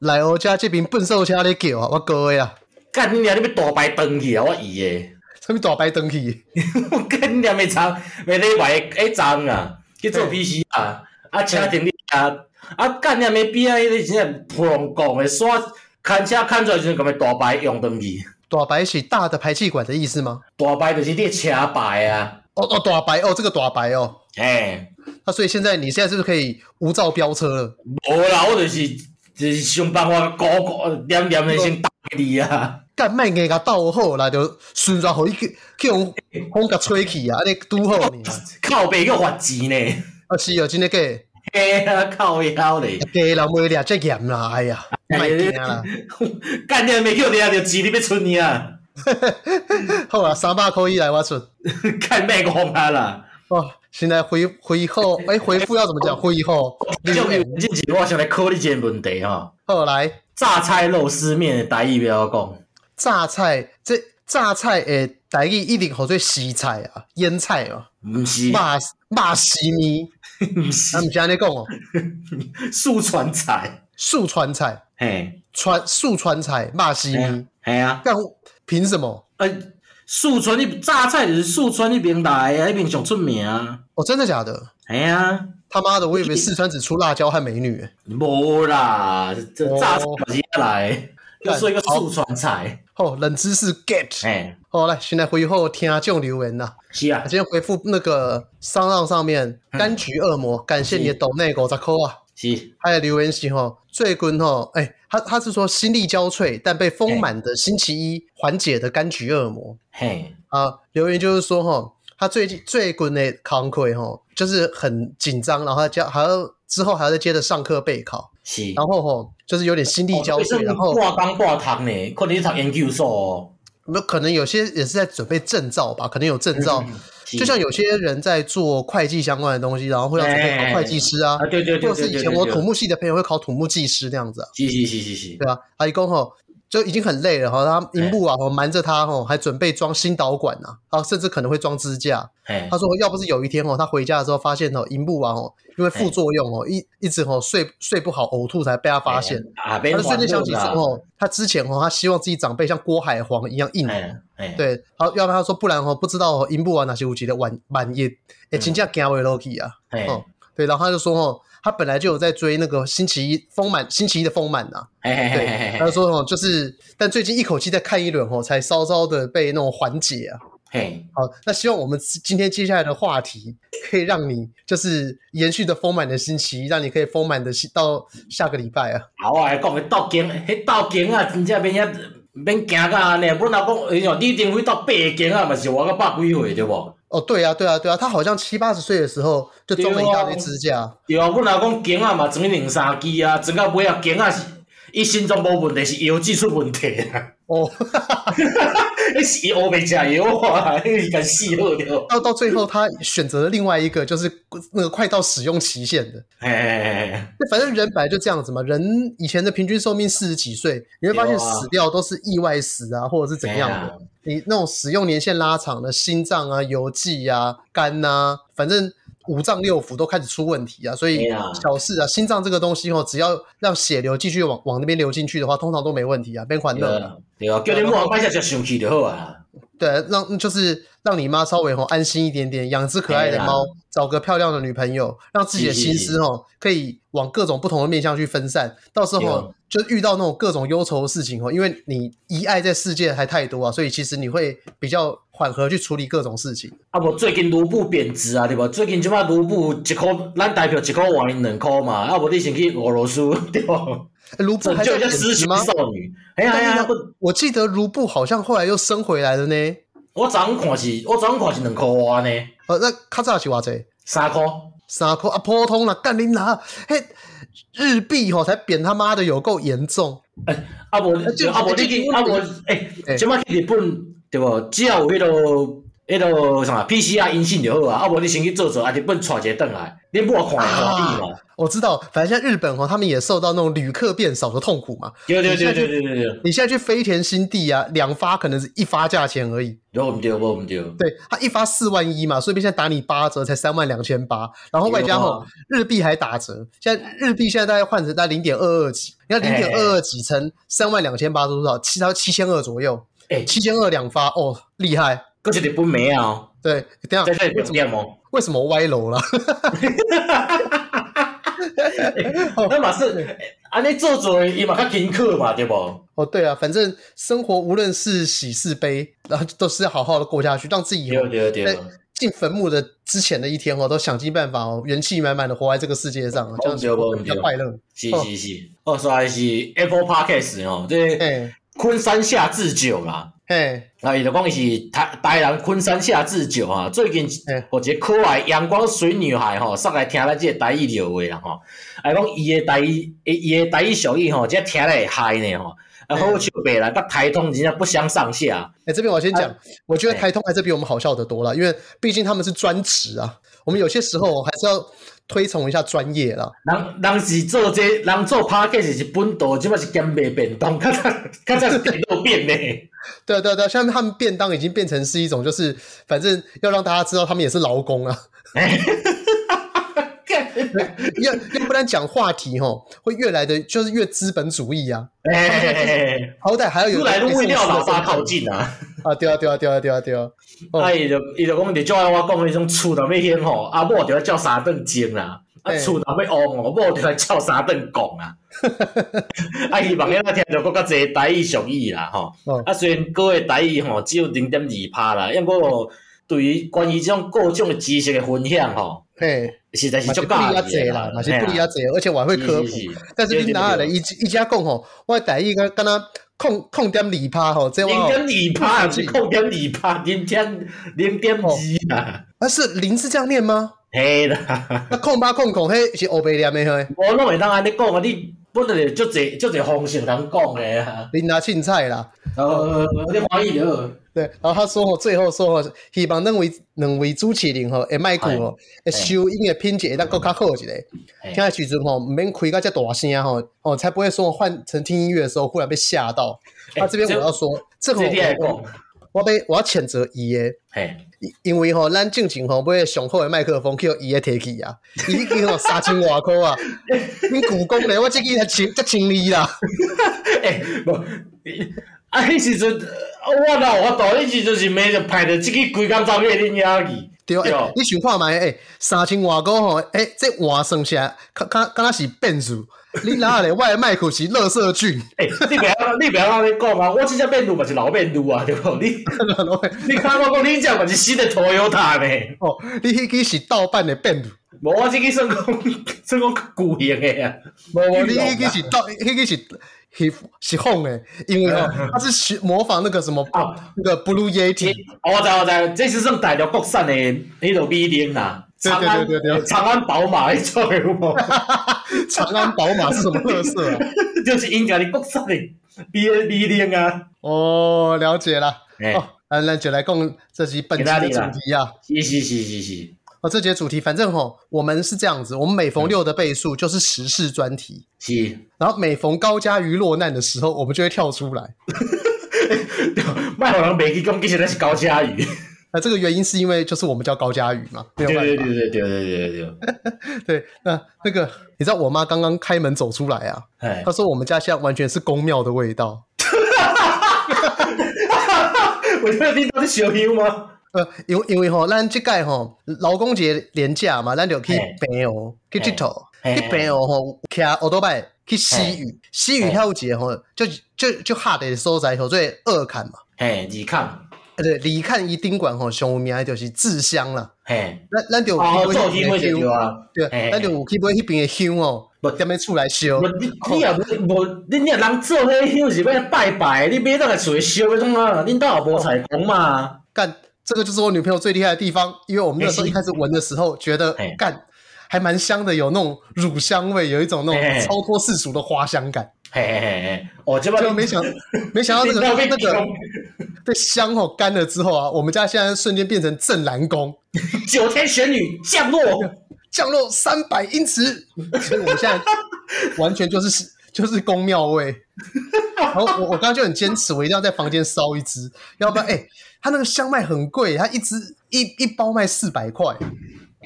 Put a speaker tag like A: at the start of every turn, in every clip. A: 来我家这边笨手车咧叫啊，我哥的啊，
B: 干你娘！你要大排断去啊！我移诶，
A: 什么大白灯去？
B: 我 干你娘！要长，要礼拜迄张啊，去做 PC 啊，啊车停你啊，啊干你娘！要边啊迄个真正扑龙讲诶，山牵车牵出来时阵，咁咪大排用断去，
A: 大白是大的排气管的意思吗？
B: 大排就是你的车牌啊，
A: 哦哦，大白哦，这个大白哦，
B: 嘿，
A: 那、所以现在你现在是不是可以无照飙车了？
B: 无啦，我就是就是想办法搞搞念念诶先打你啊。
A: 干卖给他倒好啦，就顺续互伊去去用风甲吹去啊，安尼拄好呢。
B: 靠背个罚钱呢？
A: 啊是哦，真的假的？
B: 嘿啊，靠腰咧！
A: 家人袂掠这严啦，哎呀，卖惊啦。
B: 干你没叫你啊，着钱你要出你啊！
A: 好啦，三百块以来我出。
B: 干咩讲啊啦？
A: 哦，现在回回后，哎、回复要怎么讲？回后
B: 这
A: 留
B: 种
A: 言
B: 进前我想来考你一个问题吼。
A: 后来
B: 榨菜肉丝面的台语不要讲，
A: 榨菜，这榨菜诶，台语一定好做西菜啊，腌菜啊，
B: 毋是，
A: 肉肉丝面，
B: 毋
A: 咱
B: 是
A: 毋是安尼讲哦，
B: 四川菜，
A: 四川菜，
B: 嘿，
A: 川四川菜肉丝
B: 嘿啊
A: 面，
B: 嘿啊，
A: 但凭什么？
B: 呃，四川那榨菜就是四川那边来啊，那边上出名啊，
A: 哦，真的假的？
B: 嘿啊，
A: 他妈的，我以为四川只出辣椒和美女、欸。
B: 无啦，这
A: 哦
B: 榨菜就是那来，就
A: 干
B: 说一个四川菜，
A: 哦，冷知识 get。
B: 嘿，
A: 好，来，现在回后听众留言啦。
B: 是啊
A: 啊，今天回复那个商浪上面
B: 嗯
A: 柑橘恶魔，感谢你的抖内狗十扣啊。
B: 是，
A: 还有留言是吼，最近吼，哎、他他是说心力交瘁，但被丰满的星期一缓解的柑橘恶魔
B: 嘿，
A: 啊。留言就是说吼，他最近最近的康亏吼，就是很紧张，然后他加还要之后还要再接着上课备考，
B: 是。哦
A: 然后吼就是有点心力交瘁，然后
B: 半工半读呢，可能你读研究所哦。
A: 那可能有些也是在准备证照吧，可能有证照，
B: 嗯是
A: 哦就像有些人在做会计相关的东西，然后会要准备考会计师啊
B: 啊，，对对对
A: 或者
B: 对
A: 是以
B: 对
A: 前
B: 对
A: 我
B: 对
A: 土木系的朋友会考土木技师那样子啊，
B: 是是是是是，
A: 对吧、啊？阿姨公吼就已经很累了哈，他
B: 哎
A: 荧幕啊，吼瞒着他吼，还准备装新导管呐、啊，啊，甚至可能会装支架。
B: 嘿
A: 他，说要不是有一天哦，他回家的时候发现哦，荧幕啊哦，因为
B: 哎
A: 副作用哦，一一直哦睡睡不好，呕吐才被他发现。
B: 啊，
A: 他
B: 别
A: 就瞬间想起说
B: 啦。
A: 哦，他之前哦，他希望自己长辈像郭海皇一样硬朗。
B: 哎哎，
A: 哦对，好，要不然他说，不然哦，不知道哦，赢不完哪些无极的晚晚夜，哎，真正惊为 Loki 啊，
B: 哎
A: 哦，对，然后他就说哦，他本来就有在追那个星期一丰满，星期一的丰满啊呐，
B: 哎哎
A: 对，
B: 哎
A: 他就
B: 哎
A: 说哦，就是，但最近一口气再看一轮哦，才稍稍的被那种缓解啊。
B: 嘿，
A: 好，那希望我们今天接下来的话题，可以让你就是延续的丰满的星期一，让你可以丰满的到下个礼拜啊。
B: 好我来讲，迄斗经，迄斗经啊，真正免遐免惊到安尼。本来讲，哎呦，李登辉到八个经啊，嘛是活到百几岁对无？
A: 哦，对啊，对啊，对啊，他好像七八十岁的时候就装了一大堆支架。
B: 对啊，本来讲经啊嘛装两三支啊，装到尾啊经啊是，伊心脏无问题，是腰子出问题啊。
A: 哦，
B: 迄是乌白食药啊， 迄是甲死好着。
A: 到到最后，他选择了另外一个，就是那个快到使用期限的。
B: 嘿嘿嘿
A: 反正人本来就这样子嘛，人以前的平均寿命四十几岁，你会发现
B: 有啊
A: 死掉都是意外死啊，或者是怎样
B: 哎
A: 的
B: 呀。
A: 你那种使用年限拉长了，心脏啊、油剂啊、肝呐、反正五脏六腑都开始出问题啊。所以
B: 哎呀
A: 小事啊，心脏这个东西哦，只要让血流继续往往那边流进去的话，通常都没问题啊，边还
B: 对
A: 乐。
B: 啊，对啊，叫你莫摆下就生气就好啊。
A: 对，让就是让你妈稍微吼安心一点点，养只可爱的猫，找个漂亮的女朋友，让自己的心思吼可以往各种不同的面向去分散。到时
B: 对
A: 候
B: 啊
A: 就遇到那种各种忧愁的事情吼，因为你遗爱在世界还太多啊，所以其实你会比较缓和去处理各种事情。
B: 啊无最近卢布贬值啊，对无？最近即摆卢布一箍，咱代表一箍换因两箍嘛。啊无你先去俄罗斯，对无？
A: 诶哎卢布
B: 拯
A: 还
B: 救
A: 在
B: 一下
A: 贬
B: 失
A: 值
B: 群
A: 吗？
B: 少女。哎呀哎
A: 但是
B: 呀
A: 呢，我记得卢布好像后来又升回来了呢。
B: 我我昨昏看是，我昨昏看是两箍外呢，
A: 呃，那卡扎是偌济？
B: 三箍。
A: 三块啊，普通啦，干你啦，嘿，日币吼才贬他妈的有够严重。
B: 啊无
A: 这
B: 啊无你去啊无诶，
A: 哎
B: 即摆去日本对无？只要有迄落迄落啥 PCR 阴性就好啊。啊无你先去做做，啊日本带一个转来，你莫看会欢喜嘛。
A: 我知道，反正现在日本哦，他们也受到那种旅客变少的痛苦嘛。
B: 对对对对对对对，
A: 你现在去飞田新地啊，两发可能是一发价钱而已。
B: 我唔对，我唔对。
A: 对他一发四万一嘛，所以现在打你八折才三万两千八，然后外加吼、
B: 有啊
A: 日币还打折，现在日币现在大概换成在零点二二几，你看零点二二几乘三万两千八多少？七到七千二左右，
B: 哎，
A: 七千二两发哦，厉害！
B: 嗰是日本妹啊哦，
A: 对，等一
B: 在
A: 下
B: 这里表店哦。
A: 为什么歪楼了？
B: 那嘛是，安尼做做伊嘛较勤苦嘛，对无？
A: 哦，对啊，反正生活无论是喜是悲，然后都是要好好的过下去，让自己
B: 对对对
A: 在，进坟墓的之前的一天哦，都想尽办法哦，元气满满的活在这个世界上，这样子
B: 对对对
A: 比较快乐。
B: 是是是。哦，所以是 Apple Podcast 哦，这
A: 嘿，
B: 昆山下智久啦。
A: 嘿，
B: 啊，伊就讲是台台南昆山下智久啊，最近
A: 嗯
B: 有一个可爱阳光水女孩吼，上来听咱这个台语聊话啦吼，啊讲伊的台语，伊伊的台语俗语吼，这听了会嗨呢吼，啊好笑白啦，甲台通真正不相上下，
A: 哎，这边我先讲，我觉得
B: 哎
A: 台通还是比我们好笑的多了，因为毕竟他们是专职啊，我们有些时候还是要推崇一下专业啦。
B: 人人是做这人做 podcast 是本道，即摆是兼卖便当，较早较早是便当变呢，
A: 对啊，对啊，对啊，像他们便当已经变成是一种，就是反正要让大家知道他们也是劳工啊。要要不然讲话题吼，会越来的，就是越资本主义啊。
B: 哎，
A: 好歹还要有
B: 愈来愈
A: 一个
B: 为了
A: 公司的
B: 喇
A: 身
B: 叭
A: 份
B: 靠近啊。
A: 啊！对啊，对啊，对啊，对啊，对啊！哦
B: 啊，伊就伊就讲，你照我讲迄种厝头要掀吼，啊某就要照三顿煎啦，啊
A: 嘿
B: 厝头要乌吼，某就要照三顿讲啊。啊，希望咱听着更较侪台语俗语啦吼
A: 哦。
B: 啊，虽然各个台语吼只有零点二趴啦，因为我对于关于这种各种的知识的分享吼，
A: 嘿，
B: 实在是
A: 哪
B: 足
A: 些
B: 够
A: 不离啊贼啦，哪些不离啊贼，而且我还会科普。但是你哪来的一一家共吼，我逮一个跟他控控点理趴吼，这
B: 零
A: 哇，
B: 点二趴，是零点二趴，零点零点二啦，
A: 啊是零是这样念吗？
B: 嘿 啦。
A: 那控八控控嘿是欧贝念的嘿，
B: 我拢会当安尼讲啊，你本来就足侪足侪方式通讲诶啊。
A: 零拿青菜啦。
B: 呃，你欢喜着。
A: 对，然后他说吼，最后说吼，希望两位两位主持人吼，会卖苦吼，
B: 哎
A: 会收音的品质会当更较好一点。
B: 嘿
A: 听的时阵吼，唔免开到遮大声吼，哦，才不会说换成听音乐的时候忽然被吓到。
B: 哎
A: 那、这边我要说，这个
B: 这你来
A: 我
B: 讲，
A: 我被我要谴责伊诶，
B: 嘿，
A: 因因为吼咱正前吼买上好的麦克风去伊诶摕去啊，伊已经吼三千外箍 啊，你故宫咧，我这个才千才千二啦，
B: 诶，无，啊，迄时阵呃我哪有法度？迄时阵是买着拍着即个规工走去恁遐去，
A: 对哦诶、
B: 对哦
A: 你想看卖诶、三千外箍吼，诶、这换算起来，敢敢敢若是变数，你哪咧，我诶麦克是垃圾菌，
B: 诶，你袂晓你袂晓安尼讲啊！我即只面路嘛是老面路啊，对无？你你看我讲你只嘛是新的 Toyota 呢？
A: 哦，你迄个是盗版的变数。
B: 无我即个算讲算讲旧型诶啊。
A: 无无，你
B: 你懂
A: 迄个是到，迄个是是是哄诶，因为 哦，他是学模仿那个什么
B: 啊
A: 那个 Blue
B: 你
A: Yeti，
B: 哦我知我知，这是算大陆国产的迄种美林啦，
A: 对
B: 长安
A: 对对对对
B: 长安宝马迄种的有无？
A: 长安宝马是什么特色啊？
B: 就是因家己国产的美美林啊，
A: 哦，了解了。
B: 哎
A: 哦，那那就来共这集本期的主题啊。
B: 是是是是是，
A: 哦，这节主题反正吼，我们是这样子，我们每逢六的倍数就是时事专题，
B: 是，
A: 然后每逢高佳于落难的时候，我们就会跳出来。
B: 卖互人袂记讲，其实咱是高佳宇，
A: 那这个原因是因为就是我们叫高佳宇嘛，没有办
B: 对
A: 法
B: 对。对对对对对对，
A: 对，那那个你知道我妈刚刚开门走出来啊，
B: 哎
A: 他，说我们家现在完全是宫庙的味道。
B: 我觉得你到底小香吗？
A: 呃，因为因为吼，咱即届吼劳工节连假嘛，咱就去
B: 嘿
A: 北欧去佚佗，
B: 嘿
A: 去
B: 嘿
A: 北欧吼，骑奥多拜去西屿，西屿
B: 嘿
A: 跳节吼，就就就下的所在吼，最二坎嘛，
B: 嘿，二康，
A: 呃对，离坎一丁馆吼，上有名的就是志乡啦。
B: 嘿，
A: 咱咱就
B: 哦，做
A: 去买
B: 香味
A: 那边的
B: 就对
A: 香，
B: 啊。嘿
A: 对，
B: 嘿
A: 咱就有去买迄边的香哦
B: 不，
A: 踮咧厝内烧
B: 无。你你也无无，恁若人做迄香是要拜拜，你买倒来厝里烧迄种啊，恁兜也无采光嘛。
A: 干，这个就是我女朋友最厉害的地方，因为我们那时候
B: 嘿
A: 一开始闻的时候，觉得
B: 嘿
A: 干还蛮香的，有那种乳香味，有一种那
B: 嘿嘿
A: 种
B: 嘿
A: 超脱世俗的花香 感。
B: 嘿嘿嘿嘿，哦，这把
A: 就没想没想到 那个
B: 那
A: 那个被香哦干了之后啊，我们家现在瞬间变成正南宫，
B: 九天玄女降落，
A: 降落三百英尺，所以我们现在完全就是 就是宫庙味。然后我我刚刚就很坚持，我一定要在房间烧一只，要不然哎、他那个香麦很贵，他一只一一包卖四百块，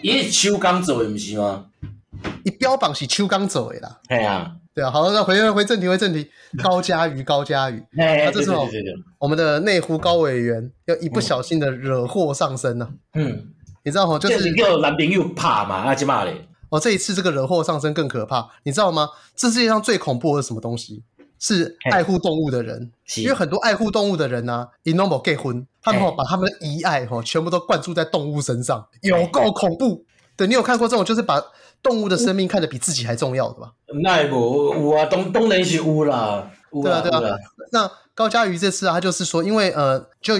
B: 伊是手工做的，毋是吗？
A: 一标榜是秋刚走的啦。
B: 嘿啊，
A: 对啊，好，那回回回正题，回正题，高佳瑜，高佳瑜，
B: 嘿，
A: 啊
B: 对
A: 这
B: 对
A: 是哦
B: 对对对，
A: 我们的内湖高委员又一不小心的惹祸上身了、
B: 嗯，
A: 你知道吗？就
B: 这
A: 是
B: 是叫男朋友拍嘛，啊，即嘛咧，
A: 哦，这一次这个惹祸上身更可怕，你知道吗？这世界上最恐怖的是什么东西？是
B: 嘿
A: 爱护动物的人，
B: 是
A: 因为很多爱护动物的人呢、啊，因 normal 结婚，他们哦
B: 嘿
A: 把他们的遗爱哦全部都灌注在动物身上，有够恐怖。对你有看过这种就是把动物的生命看得比自己还重要的吧？
B: 那无有啊，当当然是有啦，有
A: 对啊
B: 啦，
A: 对啊
B: 有啦，
A: 那高佳瑜这次啊，他就是说，因为呃，就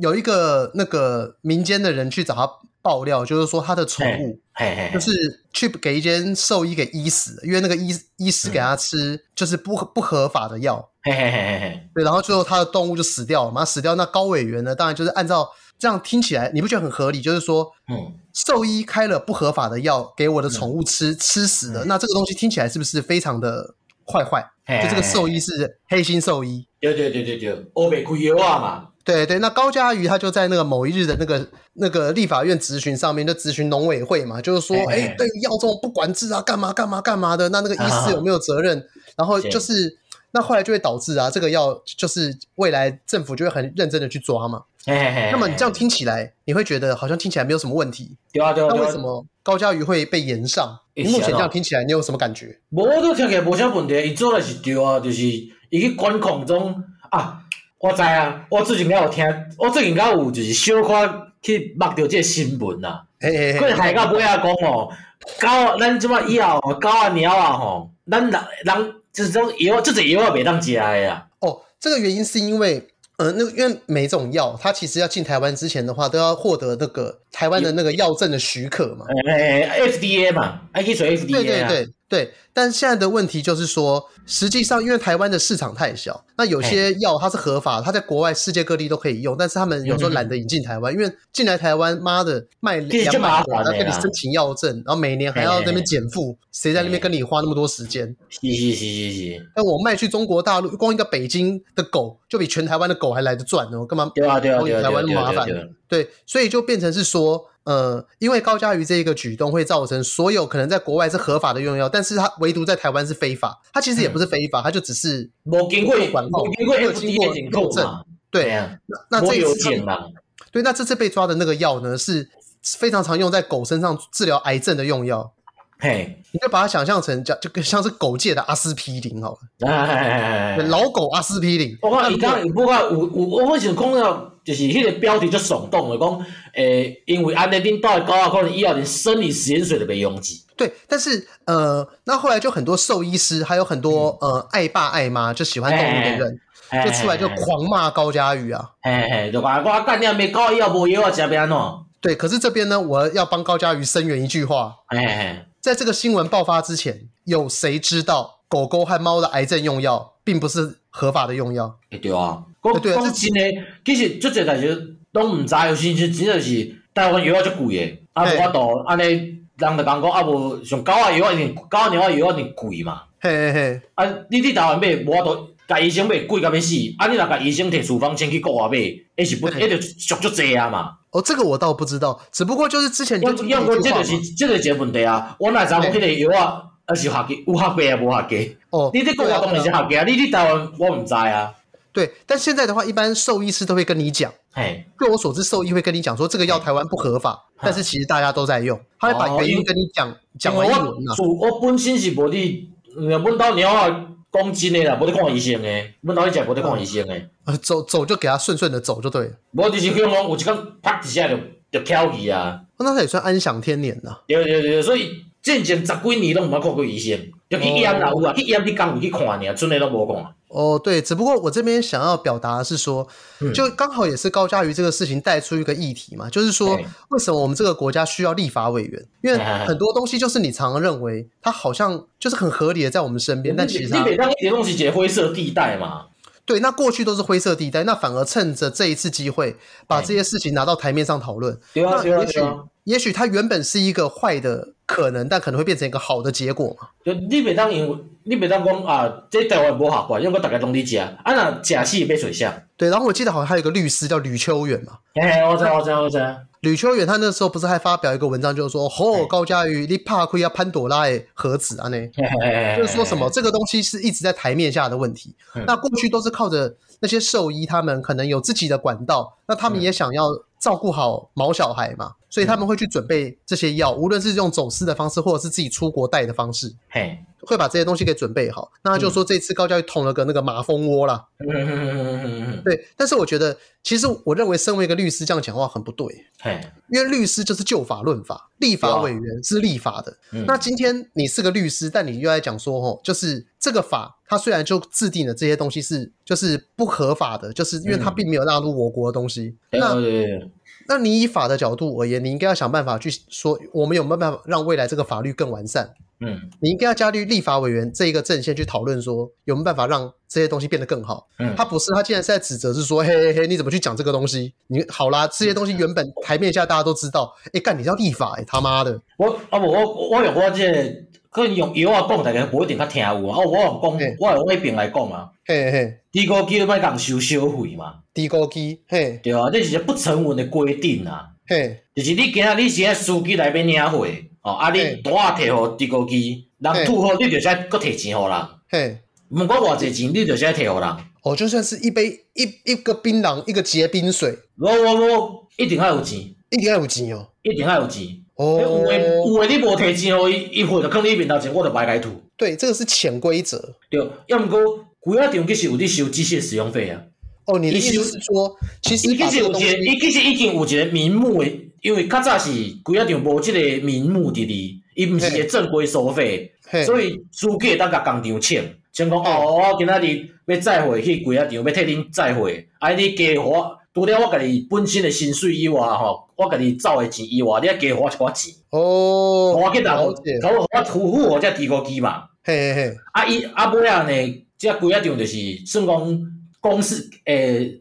A: 有一个那个民间的人去找他爆料，就是说他的宠物
B: 嘿嘿，
A: 就是去给一间兽医给医死，因为那个医医师给他吃就是不合不合法的药，
B: 嘿嘿嘿嘿嘿，
A: 对，然后最后他的动物就死掉了嘛，死掉那高委员呢，当然就是按照这样听起来，你不觉得很合理？就是说
B: 嗯，
A: 兽医开了不合法的药给我的宠物吃，吃死了，那这个东西听起来是不是非常的坏坏？
B: 嘿
A: 就这个兽，
B: 嘿
A: 医是黑心兽医。
B: 对对对对对，乌白开药啊嘛，
A: 对对，那高嘉瑜他就在那个某一日的那个那个立法院质询上面，就质询农委会嘛，就是说，
B: 嘿嘿
A: 哎，对于药这种不管制啊，干嘛干嘛干嘛的，那那个医
B: 啊
A: 师有没有责任？然后
B: 是
A: 就是，那后来就会导致啊，这个药就是未来政府就会很认真的去抓嘛。
B: 嘿嘿嘿，
A: 那么你这样听起来，你会觉得好像听起来没有什么问题，
B: 对啊对啊
A: 那
B: 对
A: 为
B: 啊
A: 什，么高嘉瑜会被延上？
B: 诶
A: 你目
B: 是啊
A: 前这样听起来，你有什么感觉？
B: 无我都听起来无啥问题，伊做的是对啊，就是伊去管控中啊，我知啊，我最近刚有听，我最近刚有就是小可去目到这新闻啊，
A: 嘿嘿
B: 佮
A: 嘿，
B: 下到尾啊讲吼，狗啊咱即摆以后吼狗啊猫啊吼，咱人人就是种药，即只药啊袂当食的啊，
A: 哦，这个原因是因为。呃，那个因为每种药，它其实要进台湾之前的话，都要获得那个台湾的那个药证的许可
B: 呃
A: 嘛。
B: 诶、FDA 嘛，爱去找 FDA 啊，
A: 对对对对，但现在的问题就是说，实际上因为台湾的市场太小，那有些药它是合法，它在国外世界各地都可以用，但是他们有时候懒得引进台湾，因为进来台湾，妈的卖
B: 其实就
A: 两
B: 麻
A: 百
B: 烦
A: 多，然后
B: 了
A: 跟你
B: 啦
A: 申请药证，然后每年还要在那边减负，谁在那边跟你花那么多时间？
B: 是是是是是，
A: 但我卖去中国大陆，光一个北京的狗就比全台湾的狗还来得赚哦呢，我干嘛
B: 对啊对啊对啊
A: 台
B: 对啊
A: 湾那
B: 对
A: 么麻
B: 啊
A: 烦
B: 对啊，
A: 对，所以就变成是说，呃，因为高嘉瑜这一个举动会造成所有可能在国外是合法的用药，但是它唯独在台湾是非法。它其实也不是
B: 嗯
A: 非法，它就只是
B: 无经过
A: 管控
B: 无经过
A: 没有经过
B: FDA 认可嘛，
A: 对。
B: 啊，
A: 那
B: 无
A: 这一
B: 邮
A: 次他
B: 件
A: 们
B: 嘛，
A: 对，那这次被抓的那个药呢，是非常常用在狗身上治疗癌症的用药。
B: 嘿。
A: 你就把它想象成，就就跟像是狗界的阿司匹林好了，
B: 哎，
A: 老狗阿司匹林。
B: 我看
A: 那
B: 伊
A: 如
B: 讲，
A: 果
B: 伊不过有有，我我想讲了，就是迄个标题就耸动了，讲诶、因为安尼恁到的高啊，可能以后连生理实验水都袂用起。
A: 对，但是呃，那后来就很多兽医师，还有很多、
B: 嗯
A: 呃爱爸爱妈就喜欢动物的人，
B: 哎
A: 就出来就狂骂高佳瑜啊。
B: 嘿，嘿嘿，就讲我干你没高以后无药啊，食要安怎？
A: 对，可是这边呢，我要帮高佳瑜声援一句话：
B: 嘿嘿，
A: 在这个新闻爆发之前，有谁知道狗狗和猫的癌症用药并不是合法的用药？
B: 嘿对啊，
A: 对
B: 讲
A: 对啊
B: 讲真诶，其实足侪代志拢毋知，有时阵真正是台湾药啊足贵诶，啊
A: 嘿
B: 无法度安尼，人就讲讲啊无像狗仔药啊一定，狗仔猫仔药啊一定贵嘛。
A: 嘿嘿嘿，
B: 啊，你伫台湾买，无法度，甲医生买贵甲要死。啊，你若甲医生摕处方签去国外买，迄是不，
A: 对
B: 迄就俗足济啊嘛。
A: 哦，这个我倒不知道，只不过就是之前
B: 要
A: 就
B: 要
A: 有
B: 过，
A: 一句
B: 这
A: 话
B: 就
A: 嘛
B: 是这就是一个问题啊。我哪知影讲迄个药啊，啊是合格，有合格啊，无合格。
A: 哦，
B: 你伫国
A: 对
B: 外
A: 啊
B: 当然是合格啊，你伫台湾我毋知啊。
A: 对，但现在的话，一般兽医师都会跟你讲。
B: 嘿，
A: 据我所知，兽医会跟你讲说这个
B: 嗯
A: 药台湾不合法，但是其实大家都在用，他会把原因跟你讲讲完一
B: 哦因为
A: 轮
B: 我
A: 啊。
B: 自我本身是无伫，呃阮兜猫啊讲真诶啦，无伫看医生诶，阮兜迄只无伫看医生诶。
A: 呃，走走就给他顺顺的走就对了，
B: 无就是讲讲有一工啪一下就就翘去啊。
A: 哦那他也算安享天年呐、
B: 对对对，所以进前十几年拢毋捌看过医生，就去医院啦有啊，去医院你讲有去看尔，剩诶都无看。
A: 哦，对，只不过我这边想要表达的是说，
B: 嗯
A: 就刚好也是高嘉瑜这个事情带出一个议题嘛，就是说
B: 对
A: 为什么我们这个国家需要立法委员？因为
B: 哎哎哎
A: 很多东西就是你常常认为它好像就是很合理的在我们身边，但
B: 你
A: 其实
B: 你
A: 它
B: 每当一直拢是一个灰色地带嘛，
A: 对，那过去都是灰色地带，那反而趁着这一次机会，
B: 哎
A: 把这些事情拿到台面上讨论。
B: 对啊
A: 那
B: 对啊
A: 也许
B: 对啊
A: 也许它原本是一个坏的可能，但可能会变成一个好的结果嘛。
B: 就你袂当因为你袂当讲啊，这台湾无合法，因为大家拢伫食，啊若食死要找啥？
A: 对，然后我记得好像还有一个律师叫吕秋远嘛，
B: 嘿嘿，我知我知我知，
A: 吕秋远他那时候不是还发表一个文章，就是说，吼、
B: 哎
A: 高佳瑜，你怕亏啊潘朵拉的盒子啊呢？
B: 嘿嘿嘿，
A: 就是说什么这个东西是一直在台面下的问题。
B: 哎嗯
A: 那过去都是靠着那些兽医，他们可能有自己的管道，那他
B: 嗯
A: 们也想要照顾好毛小孩嘛，所以他们会去准备这些药，无论是用走私的方式，或者是自己出国带的方式，
B: 嘿，
A: 会把这些东西给准备好。那他就说这次高教育捅了个那个马蜂窝啦，
B: 嗯嗯嗯嗯嗯，
A: 对。但是我觉得，其实我认为身为一个律师这样讲话很不对。
B: 嘿，
A: 因为律师就是就法论法，立法委员是立法的。
B: 嗯
A: 那今天你是个律师，但你又在讲说，哦，就是这个法，它虽然就制定的这些东西是就是不合法的，就是因为它
B: 嗯
A: 并没有纳入我国的东西。
B: 对啊
A: 那
B: 对对，
A: 那你以法的角度而言，你应该要想办法去说，我们有没有办法让未来这个法律更完善？
B: 嗯
A: 你应该要加入立法委员这一个阵线去讨论说，有没有办法让这些东西变得更好。
B: 嗯，
A: 他不是，他竟然是在指责，是说，嘿嘿嘿，你怎么去讲这个东西？你好啦，这些东西原本台面下大家都知道，哎、干，你是要立法、哎，他妈的，
B: 我啊无我我用我这个，可能用药啊讲，大家无一定较听有啊。啊，我用讲
A: 嘿，
B: 我用迄边来讲啊。
A: 嘿嘿，
B: 第五叫莫共收小费嘛，
A: 低高机，嘿
B: 对啊，这是一个不成文的规定啊。
A: 嘿，
B: 就是你今仔你是喺司机内面领货，哦，啊
A: 嘿
B: 你单啊摕互第五机，
A: 嘿
B: 人吐好，你就是爱搁摕钱互人，
A: 嘿，
B: 毋管偌济钱，你就是爱摕互人。
A: 哦，就算是一杯一一个槟榔，一个结冰水，
B: 我我我一定爱有钱，
A: 一定要有钱哦。
B: 一定爱有钱。有诶
A: 哦，
B: 有诶，你无摕钱互伊，伊货就放你面头前，我就白来吐。
A: 对，这个是潜规则。
B: 对，要毋过规啊场计是有咧收机械使用费啊。
A: 哦，你的意思是说，其实
B: 伊
A: 把
B: 其
A: 这
B: 实
A: 个
B: 有
A: 东
B: 一个，
A: 西，
B: 伊其实已经有一个名目的，因为较早是规啊场无即个名目伫哩，伊毋是
A: 嘿
B: 个正规收费，
A: 嘿，
B: 所以司机会当甲工厂请，请讲哦，我今仔日要载货去规啊场，要替恁载货，啊你加互我，除了我家己本身的薪水以外吼，我家己走的钱以外，你还加互我一寡钱，
A: 哦，
B: 互我去当，互
A: 了解，
B: 我互我付付我才提高机嘛。
A: 嘿嘿嘿，
B: 啊伊啊尾仔呢，即规啊场就是算讲公司诶，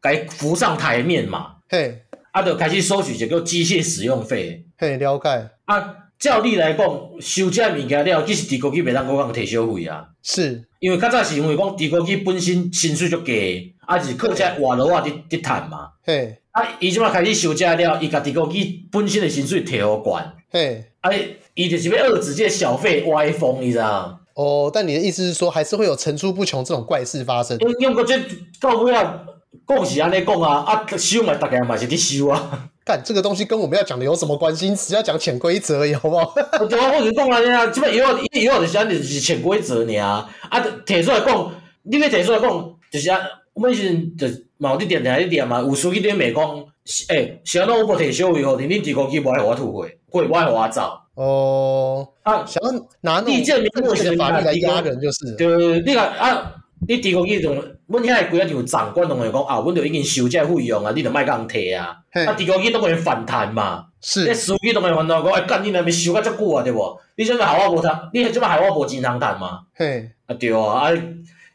B: 该、浮上台面嘛。
A: 嘿
B: 啊，就开始收取一个机械使用费。
A: 嘿，了解，
B: 啊，照理来讲，收这物件了，其实地国机袂当讲人提小费啊，
A: 是，
B: 因为较早是因为讲地国机本身薪水就低，啊是靠这活路啊伫伫趁嘛。
A: 嘿
B: 啊，伊即马开始收这了，伊甲地国机本身的薪水提互悬，
A: 嘿。
B: 啊，伊就是要遏制这小费歪风，你知道吗？
A: 哦，但你的意思是说，还是会有层出不穷这种怪事发生？
B: 因用过这到尾啊，讲是安尼讲啊，啊收嘛，逐个嘛是伫收啊。
A: 干，这个东西跟我们要讲的有什么关系？你只要讲潜规则而已，好不好？
B: 我对啊，我就讲安尼啊，即摆以后以后就是安尼，就是潜规则尔啊。啊，提出来讲，你要提出来讲，就是啊，我们迄阵就是嘛有伫电台咧念嘛，有司机咧骂讲，诶、是安怎我无提小费互你，恁地公机无爱互我吐血，过无爱互我走。
A: 哦，
B: 啊，
A: 想要拿那
B: 地震
A: 种
B: 民
A: 正
B: 国
A: 确
B: 时
A: 的
B: 代
A: 法律来
B: 地
A: 压
B: 震
A: 人，就是了
B: 就你甲啊，你地公机就，阮遐规个就有长官拢会讲啊，阮就已经收这费用啊，你就莫甲人摕啊。
A: 嘿
B: 啊，地公机拢会反弹嘛。你
A: 是
B: 司机拢会反弹讲，哎，干你若边收甲遮久啊，对无？你即摆害我无趁，你即摆害我无钱通趁嘛？
A: 嘿，
B: 啊对啊，啊，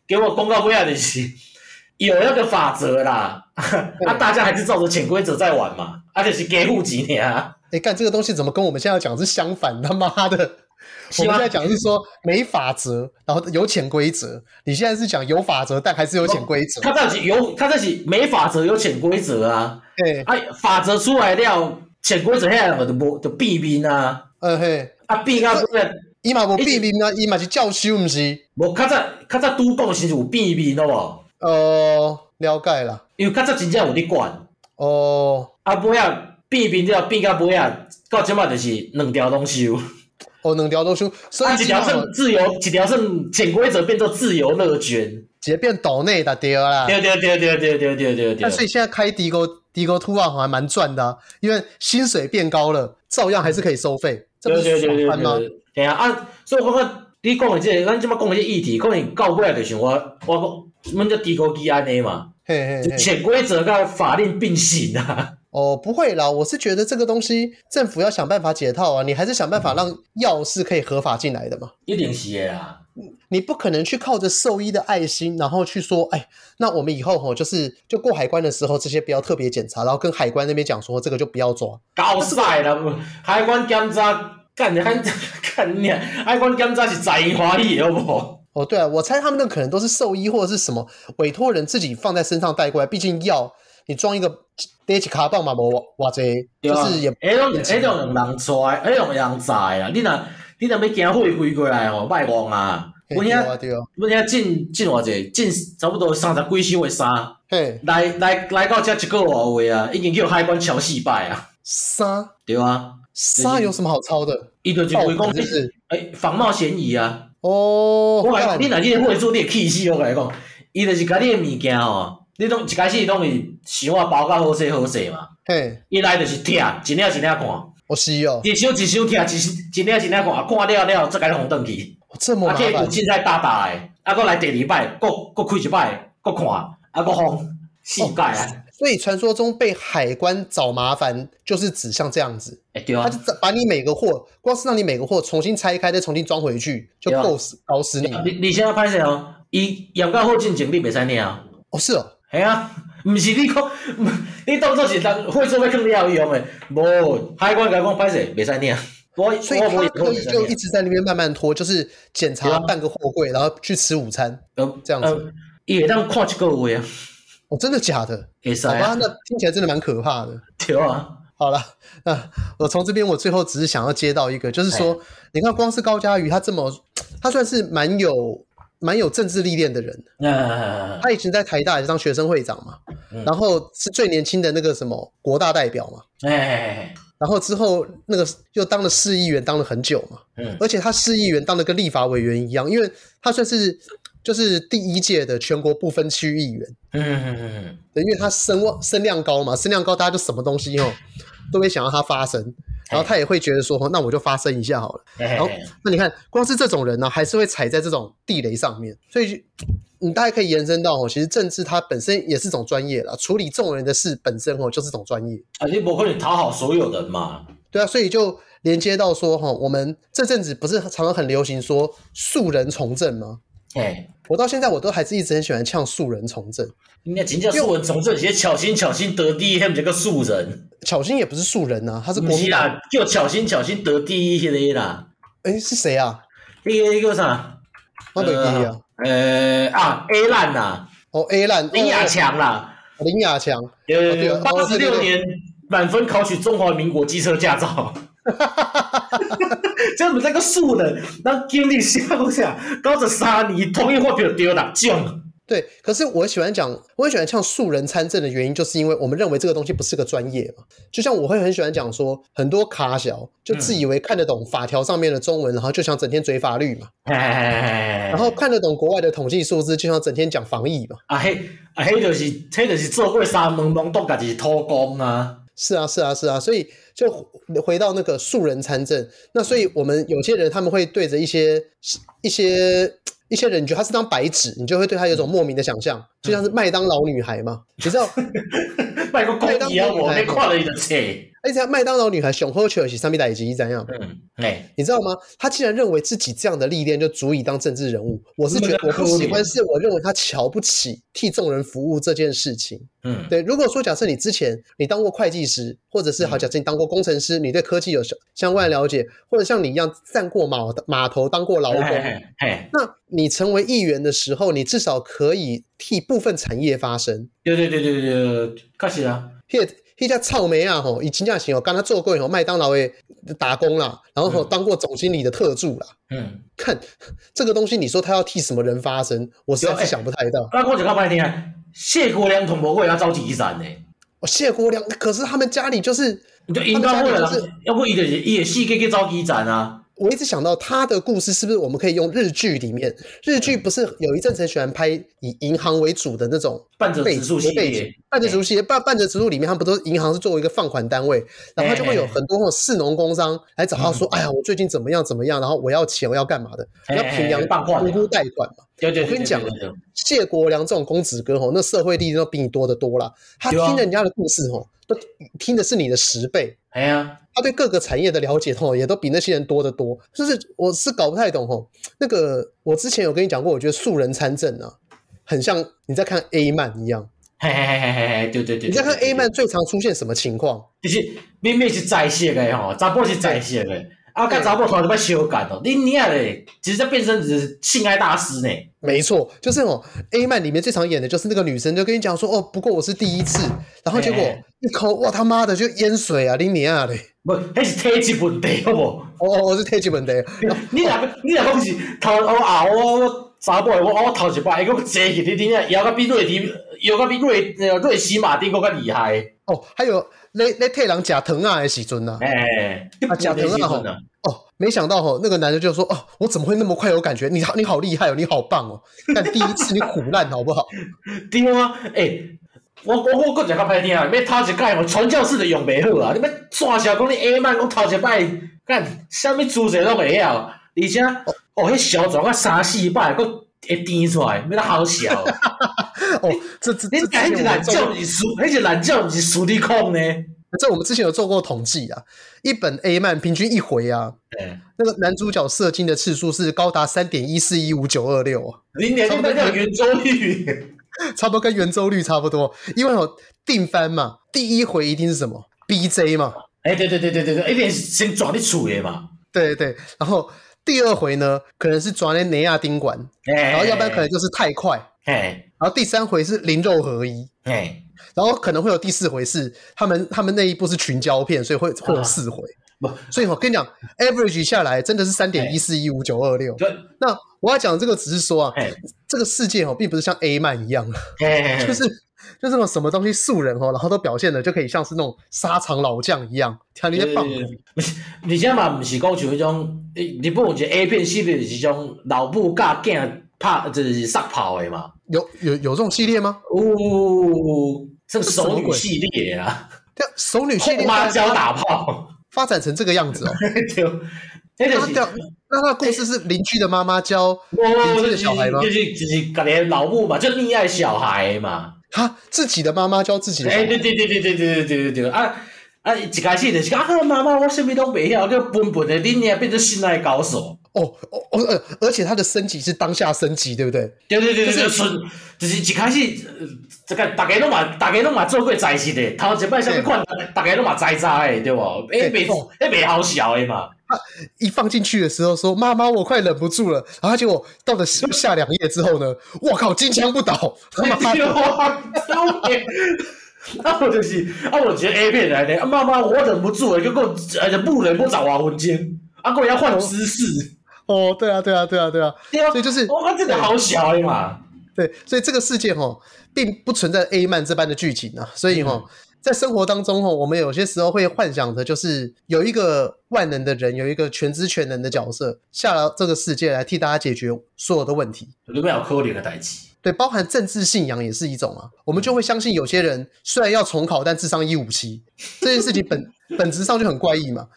B: 结果公告尾啊就是有那个法则啦， 啊大家还是照着潜规则在玩嘛，啊就是给户籍尔，
A: 哎，干这个东西怎么跟我们现在要讲的是相反？他妈的，我
B: 是
A: 们
B: 吗
A: 现在讲的是说没法则，然后有潜规则。你现在是讲有法则，但还是有潜规则。
B: 他这是有他这是没法则有潜规则啊，
A: 嘿，
B: 啊法则出来了，潜规则遐就无就避免啊，
A: 呃嘿，
B: 啊避啊不是，
A: 伊嘛无
B: 一
A: 避
B: 直
A: 免啊，伊嘛是教修，不是？
B: 无较早较早拄讲是有避免好无，
A: 哦，了解啦。
B: 因为较早真正有咧管，
A: 哦，
B: 啊尾啊避免了变到尾啊，到即摆就是两条拢收。
A: 哦，两条都修，所以
B: 啊，一条
A: 基本上
B: 算自由，一条算潜规则变做自由乐捐。
A: 直接变岛内的对了啦。
B: 对对对对对对对对
A: 但所以
B: 对。
A: 现在开迪沟迪沟突啊，好像还蛮赚的、啊，因为薪水变高了，照样还是可以收费，这不是
B: 对对对
A: 爽
B: 对
A: 翻吗？
B: 对。对啊啊！所以我讲，你讲的这个，咱即摆讲的这个议题，可能到尾就是我我讲，阮叫低高机安尼嘛，
A: 嘿嘿
B: 就
A: 嘿，
B: 潜规则甲法令并行啊。
A: 哦，不会啦，我是觉得这个东西政府要想办法解套啊，你还是想办法让药是可以合法进来的嘛。
B: 一定是的啦。
A: 你不可能去靠着兽医的爱心，然后去说，哎，那我们以后吼，就是就过海关的时候，这些不要特别检查，然后跟海关那边讲说，这个就不要抓。
B: 搞晒啦！海关检查干你看干你啊，爱管检查是在意欢喜的好不好？
A: 哦，对啊，我猜他们那可能都是兽医或者是什么委托人自己放在身上带过来，毕竟药你装一个勒起卡棒嘛，无哇这
B: 对
A: 就
B: 啊
A: 是也
B: 迄种迄种用人拽，迄种用人载啊！你若你若要惊血归过来吼，莫戆啊！阮
A: 对
B: 遐
A: 啊对啊，
B: 阮遐进进偌济，进差不多三十几箱的衫，
A: 嘿，
B: 来来来到遮一个外月啊，已经叫海关超四摆啊，
A: 杀
B: 对啊，
A: 杀有什么好抄的？
B: 伊就是
A: 爆
B: 规
A: 款是
B: 讲
A: 不是？
B: 诶仿冒嫌疑啊！
A: 哦，
B: 我甲
A: 干
B: 你讲，你若即个货做，你会气死我甲你讲，伊就是甲你的物件吼，你拢一开始拢是想啊包甲好势好势嘛，
A: 嘿，
B: 伊来就是拆，一领一领看。
A: 我是哦，
B: 一箱一箱听，一一领一领看，看了了再甲你放转去，
A: 这么
B: 啊，
A: 麻
B: 去有
A: 烦，
B: 凊彩打打诶，啊，搁来第二摆，搁搁开一摆，搁看，啊，搁放四摆啊，
A: 哦所以传说中被海关找麻烦就是指向这样子，
B: 会对
A: 他
B: 啊
A: 就，把你每个货，光是让你每个货重新拆开再重新装回去，就
B: 对啊
A: 够死搞死你了。
B: 你你现在歹势哦，伊严格好进前你袂使领哦，
A: 哦，是哦，
B: 系啊， 毋是你讲，你当做是人会做要囥了用诶，无海关甲讲歹势袂使领，我我
A: 所以他
B: 无以
A: 可
B: 后
A: 以
B: 袂使
A: 就一
B: 领，
A: 直在那边慢慢拖，就是检
B: 对
A: 查
B: 啊
A: 半个货柜，然后去吃午餐。
B: 呃
A: 这样子
B: 呃伊会当看一个月啊，
A: 哦，真的假的？
B: 会使
A: 好吧，
B: 啊，
A: 那听起来真的蛮可怕的。
B: 对啊，
A: 好了，那我从这边，我最后只是想要接到一个，就是说，
B: 哎
A: 你看，光是高嘉瑜，他这么，他算是蛮有蛮有政治历练的人。
B: 啊那
A: 他以前在台大也是当学生会长嘛，
B: 嗯
A: 然后是最年轻的那个什么国大代表嘛，
B: 哎，
A: 然后之后那个又当了市议员，当了很久嘛，
B: 嗯
A: 而且他市议员当的跟立法委员一样，因为他算是就是第一届的全国不分区议员，
B: 嗯嗯嗯嗯。
A: 对，因为他声望声量高嘛，声量高，大家就什么东西哦都会想要他发声，然后他也会觉得说，哦那我就发声一下好了。
B: 然
A: 然后，那你看，光是这种人呢，还是会踩在这种地雷上面，所以你大概可以延伸到哦，其实政治它本身也是种专业啦，处理这种人的事本身哦就是种专业，
B: 啊，你无可能讨好所有人嘛。
A: 对啊，所以就连接到说哈，我们这阵子不是常常很流行说素人从政吗？
B: 嘿，
A: 我到现在我都还是一直很喜欢呛素人从政，
B: 你那真正素人从政，是巧心巧心得第一，迄毋是个素人，
A: 巧芯也不是素人啊，他是国
B: 毋是
A: 民党，
B: 啦，叫巧心巧心得第一迄个啦，
A: 哎是谁啊？
B: 迄个叫啥？
A: 我北基啊，
B: 呃啊，A 烂啦，
A: 哦 A 烂，
B: 林雅
A: 哦
B: 强啦，
A: 哦林雅强，对
B: 呃
A: 哦，
B: 八十
A: 对对
B: 六
A: 对
B: 年满分考取中华民国机车驾 照。这毋是个素人，咱经历下讲啥？九十三年统一发票丢六奖，
A: 对，可是我喜欢讲，我很喜欢像素人参政的原因，就是因为我们认为这个东西不是个专业嘛。就像我会很喜欢讲说，很多卡小就自
B: 嗯
A: 以为看得懂法条上面的中文，然后就想整天追法律嘛，
B: 哎
A: 然后看得懂国外的统计数字，就想整天讲防疫嘛。
B: 啊，迄啊，迄就是，迄就是做过三门懵懂，家己是土工啊。
A: 是啊，是啊，是啊，所以就回回到那个素人参政，那所以我们有些人他们会对着一些一些一些人，你觉得他是张白纸，你就会对他有种莫名的想象，就像是麦当劳女孩嘛，你知道
B: 卖个
A: 麦
B: 讲
A: 当
B: 伊啊，
A: 劳
B: 我
A: 来
B: 咧看了伊就册。
A: 而且哎麦当劳女孩熊喝酒是上面代级怎样？
B: 嗯，哎，
A: 你知道吗？她竟然认为自己这样的历练就足以当政治人物，我是觉得
B: 那
A: 我
B: 个
A: 不喜
B: 可
A: 欢，
B: 怜
A: 是我认为她瞧不起替众人服务这件事情。
B: 嗯，
A: 对，如果说假设你之前你当过会计师，或者是好假设你当过工程师，你对科技有相相关的了解，或者像你一样站过码码头当过劳
B: 嘿
A: 工，
B: 嘿嘿，
A: 那你成为议员的时候，你至少可以替部分产业发声。
B: 对对对对对对，确实啊，
A: 迄个迄只臭妹啊吼，伊真正是哦，刚他做过吼麦当劳的打工啦，然后吼
B: 嗯
A: 当过总经理的特助啦。
B: 嗯，
A: 看这个东西，你说他要替什么人发声，我实在是想不太到。
B: 啊，我就较歹听，谢国良同无过也走一站诶。
A: 哦，谢国良，可是他们家里就是，
B: 就因到后来
A: 他们家里就是，
B: 要不伊就是伊会四界去走基站啊。
A: 我一直想到他的故事，是不是我们可以用日剧里面？日
B: 嗯
A: 剧不是有一阵子很喜欢拍以银行为主的那种
B: 半泽
A: 背
B: 直树系
A: 景背景
B: 列，，
A: 半泽直树系列半半泽直树里面，他们不都是银行是作为一个放款单位，然后他就会有
B: 哎哎哎
A: 很多那种市农工商来找
B: 嗯
A: 他说：“哎呀，我最近怎么样怎么样，然后我要钱，我要干嘛的，我要平
B: 哎
A: 阳
B: 哎放款
A: 无辜贷款嘛。
B: 对对，对
A: 我跟你讲，
B: 对对对对
A: 谢国良这种公子哥吼，那社会历练都比你多得多啦。他
B: 对啊
A: 听人家的故事吼，都听的是你的十倍。
B: 哎呀，
A: 他对各个产业的了解吼，也都比那些人多得多。就是我是搞不太懂吼，那个我之前有跟你讲过，我觉得素人参政啊，很像你在看 A 漫一样。
B: 嘿嘿嘿嘿嘿嘿，对对对，
A: 你在看
B: 对
A: A，
B: 对对
A: 漫最常出现什么情况？
B: 就是明明是在线的吼，查甫是在线的，啊，跟查某头就要相干哦，你娘嘞，直接变成是性爱大师呢。
A: 没错，就是哦，A 漫里面最常演的就是那个女生就跟你讲说，哦，不过我是第一次，然后结果
B: 哎
A: 一抠，哇他妈的就淹水啊，你你啊嘞，
B: 不，迄是体质问题，好无？
A: 哦哦，我是太基 本的，
B: 你 若你若讲是头我啊，我我查某的，我我头一摆，伊讲坐起你听啊，摇到比瑞迪，摇到比瑞那个瑞西马丁更较厉害。
A: 哦，还有那那太郎假藤啊的时阵呐、
B: 哎，
A: 啊，假藤啊吼，哦，没想到吼，那个男的就说，哦，我怎么会那么快有感觉？你好，你好厉害哦，你好棒哦，但第一次你苦烂好不好？
B: 对啊，哎，我我我讲一较歹听啊，要头一摆吼传教士就用袂好啊，你要线下讲你下摆讲头一摆，干啥物姿势拢会晓，而且哦，迄小壮啊三四摆，佫会甜出来，要好笑。啊
A: 哦，这这
B: 你
A: 这
B: 讲迄
A: 这我
B: 个
A: 们
B: 懒
A: 做
B: 觉，你输，迄个懒觉，你输你 控呢？
A: 这我们之前有做过统计啊，一本 A 漫平均一回啊，
B: 哎，
A: 那个男主角射精的次数是高达三点一四一五九二六啊，
B: 你连那叫圆周率，
A: 差不多跟圆周率差不多。因为有定番嘛，第一回一定是什么 BJ 嘛，
B: 哎，对对对对对对，一定是先抓你厝的嘛，
A: 对对对。然后第二回呢，可能是转来尼亚丁管，
B: 哎，
A: 哦然后要不然可能就是太快，
B: 哎
A: 然后第三回是灵肉合一，
B: 哎，
A: 然后可能会有第四回是他们他们那一部是群交片，所以会会有四回。
B: 不
A: 所以我跟你讲，average 下来真的是三
B: 哎
A: 点一四一五九二六。
B: 就
A: 那我要讲的这个只是说啊
B: 哎，
A: 这个世界哦，并不是像 A 漫一样。
B: 哎，
A: 就是就是那种什么东西素人哦，然后都表现的就可以像是那种沙场老将一样，像你在棒
B: 对， 不是，而且嘛，毋是讲像迄种日本有一个 A 片系列，是迄种老母教囝拍就是撒炮的嘛，
A: 有有有这种系列吗？哦
B: 呜，这手女系列啊，
A: 对啊，熟女系
B: 后
A: 列
B: 妈
A: 发
B: 教 打炮，
A: 发展成这个样子哦。
B: 哎对，迄
A: 那
B: 就是
A: 那。那他的故事是邻居的妈妈教
B: 我
A: 邻居
B: 就
A: 的
B: 是
A: 小孩吗
B: 就？是就是家己的老母嘛，就溺爱小孩嘛。
A: 哈，自己的妈妈教自己的小
B: 哎、
A: 孩
B: 对对对对对对对对对啊！啊，一开始就是讲啊，妈妈，我什么拢袂晓，叫笨笨的，你娘变成性爱高手。
A: 哦哦哦，呃而且他的升级是当下升级，对不对？
B: 对对对对，
A: 就
B: 就是纯就是一开始，呃这个大家拢嘛，大家拢嘛做过在事的，头一摆什么款，大家拢嘛知知的，对无？哎，
A: 对
B: 袂
A: 哦
B: 哎袂好笑 的嘛。
A: 一放进去的时候说妈妈，我快忍不住了，然后结果到了下下两页之后呢，我靠，金枪不倒，他妈
B: 对啊， 啊，我就是啊，我觉得 A 片来的，啊，妈妈，我忍不住了，呃就够，而且不忍不找啊，文间，啊，够要换姿势，
A: 哦，对啊，对啊，对啊，对啊，
B: 对啊，
A: 所以就是
B: 哇，这个好小的嘛，
A: 对，所以这个世界哈，并不存在 A 漫这般的剧情啊。所以哈，在生活当中哈，哦我们有些时候会幻想的，就是有一个万能的人，有一个全知全能的角色，下了这个世界来替大家解决所有的问题。
B: 里面有可怜的代志，
A: 对，包含政治信仰也是一种啊。我们就会相信有些人虽然要重考，但智商一五七，这件事情本本质上就很怪异嘛。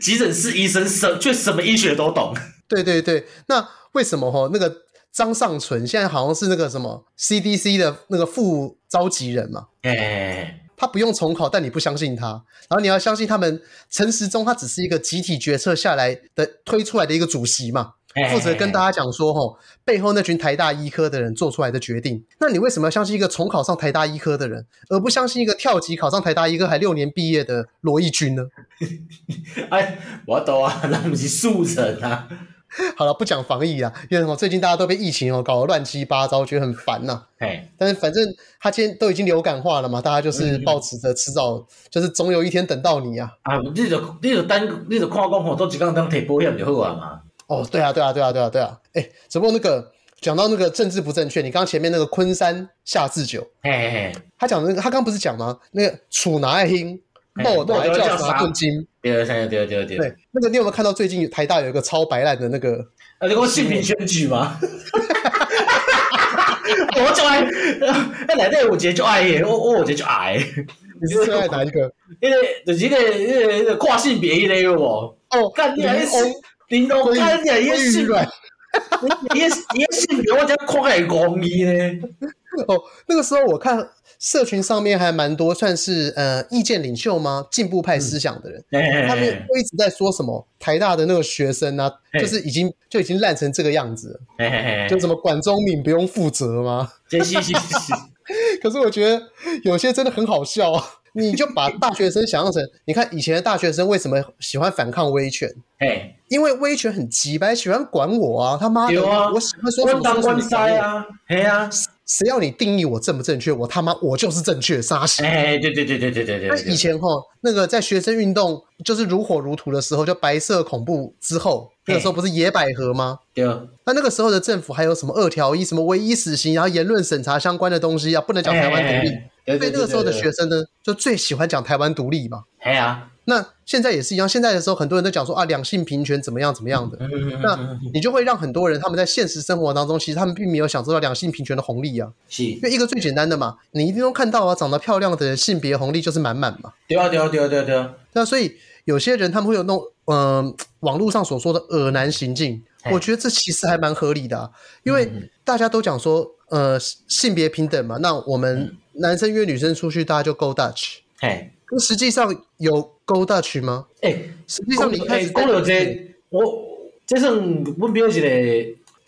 B: 急诊室医生什却什么医学都懂，
A: 对对对，那为什么哈那个张尚存现在好像是那个什么 CDC 的那个副召集人嘛？
B: 哎，
A: 他不用重考，但你不相信他，然后你要相信他们陈时中，他只是一个集体决策下来的推出来的一个主席嘛，哎
B: 哎
A: 负责跟大
B: 家，
A: 家讲说吼，背后那群台大医科的人做出来的决定。那你为什么要相信一个重考上台大医科的人，而不相信一个跳级考上台大医科还六年毕业的罗毅军呢？
B: 哎，我懂啊， 咱不是素人啊，
A: 好了，不讲防疫啊，因为哦最近大家都被疫情哦搞得乱七八糟，觉得很烦呐、
B: 哎，
A: 但是反正他今天都已经流感化了嘛，大家就是抱持着迟早就是总有一天等到你啊。
B: 啊，你就你就等你就看讲吼，都一工当摕保险就好啊嘛。
A: 哦，对啊，对啊，对啊，对啊，对啊。哎，只不过那个讲到那个政治不正确，你刚刚前面那个昆山夏至酒，
B: 哎，
A: 他讲的那个，他刚不是讲吗？那个楚拿爱听，
B: 哎
A: 莫拿爱
B: 莫
A: 叫
B: 叫
A: 啥
B: 啥
A: 盾金？
B: 对对对对对，
A: 对，那个你有没有看到最近台大有一个超白烂的那个？
B: 啊，你讲性平选举吗？ 我就爱，啊，内底有一个就爱的，我我有一个就爱的，
A: 你是最爱哪一个？
B: 迄个就是迄个迄个迄个跨性别迄个有无？
A: 哦，
B: 干你
A: 林
B: 啊！
A: 欧
B: 林东，干你啊！伊个
A: 鲑鱼
B: 性，
A: 卵。
B: 伊个伊个性别，我真看来戆伊呢。
A: 哦，那个时候我看社群上面还蛮多，算是呃意见领袖吗？进步派思想的人，他们
B: 哎
A: 都一直在说什么台大的那个学生啊，
B: 哎
A: 就是已经就已经烂成这个样子了，
B: 哎
A: 就什么管中敏不用负责吗？
B: 这是是是，
A: 可是我觉得有些真的很好笑啊， 你就把大学生想象成，你看以前的大学生为什么喜欢反抗威权？
B: 嘿，
A: 因为威权很鸡掰，喜欢管我啊！他妈的，
B: 有啊
A: 我喜欢说什
B: 我
A: 么
B: 当
A: 说什
B: 官
A: 么
B: 塞啊，嘿啊，
A: 谁要你定义我正不正确？我他妈我就是正确，杀死！
B: 哎，对对对对对对对
A: 那
B: 对，
A: 以前哈，那个在学生运动就是如火如荼的时候，就白色恐怖之后，那
B: 嗯
A: 个时候不是野百合吗？
B: 对，
A: 那那个时候的政府还有什么二条一、什么唯一死刑，然后言论审查相关的东西啊，不能讲台湾
B: 哎
A: 独立。
B: 立
A: 所以那个时候的学，生呢，就最喜欢讲台湾独立嘛。
B: 嘿啊，
A: 那现在也是一样，现在的时候很多人都讲说啊，两性平权怎么样怎么
B: 嗯
A: 样的，那
B: 那
A: 你就会让很多人他们在现实生活当中，其实他们并没有享受到两性平权的红利啊。
B: 是
A: 因，为一个最简单的嘛，你一定都看到啊，长得漂亮的人性别红利就是满满嘛。
B: 对啊对啊对啊对啊对啊，
A: 那所以有些人他们会有那种嗯、呃网络上所说的恶男行径，
B: 嘿
A: 我觉得这其实还蛮合理的、啊，因为大家都讲说呃性别平等嘛，那我们男生约女生出去，大家就 go Dutch，
B: 嘿，
A: 可实际上有 go Dutch 吗？
B: 哎。
A: 实际上你一开始
B: 讲到这，我这算阮表一个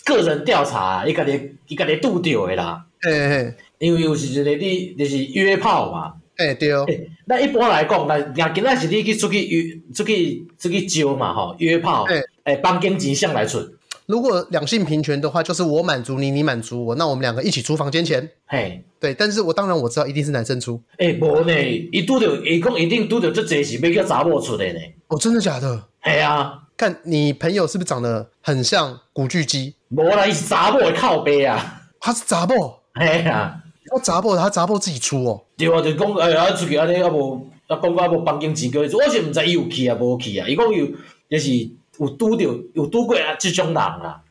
B: 个人调查，伊家己伊家己拄着的啦。
A: 哎哎
B: 因为有时阵你就是约炮嘛，
A: 哎对哦，
B: 诶那一般来讲，那若今仔是你去出去约、出去出去招嘛吼，约炮
A: 对，
B: 诶，房间钱向来出，
A: 如果两性平权的话，就是我满足你，你满足我，那我们两个一起出房间钱。
B: 嘿，
A: 对，但是我当然我知道一定是男生出，
B: 诶，哎无呢，伊拄着，伊讲一定拄着足侪是要叫查某出的呢，
A: 哦，真的假的？
B: 嘿啊，
A: 看你朋友是不是长得很像古巨基？
B: 无啦，伊是查某的靠背啊，
A: 他是杂报，
B: 嘿啊。
A: 他杂报，他杂报自己出哦。
B: 对啊，就讲哎，啊出去安尼啊无，啊讲到啊无房间钱叫伊做，我是毋知伊有去啊无去啊。伊讲有，就是有拄着有拄过啊即种人啦。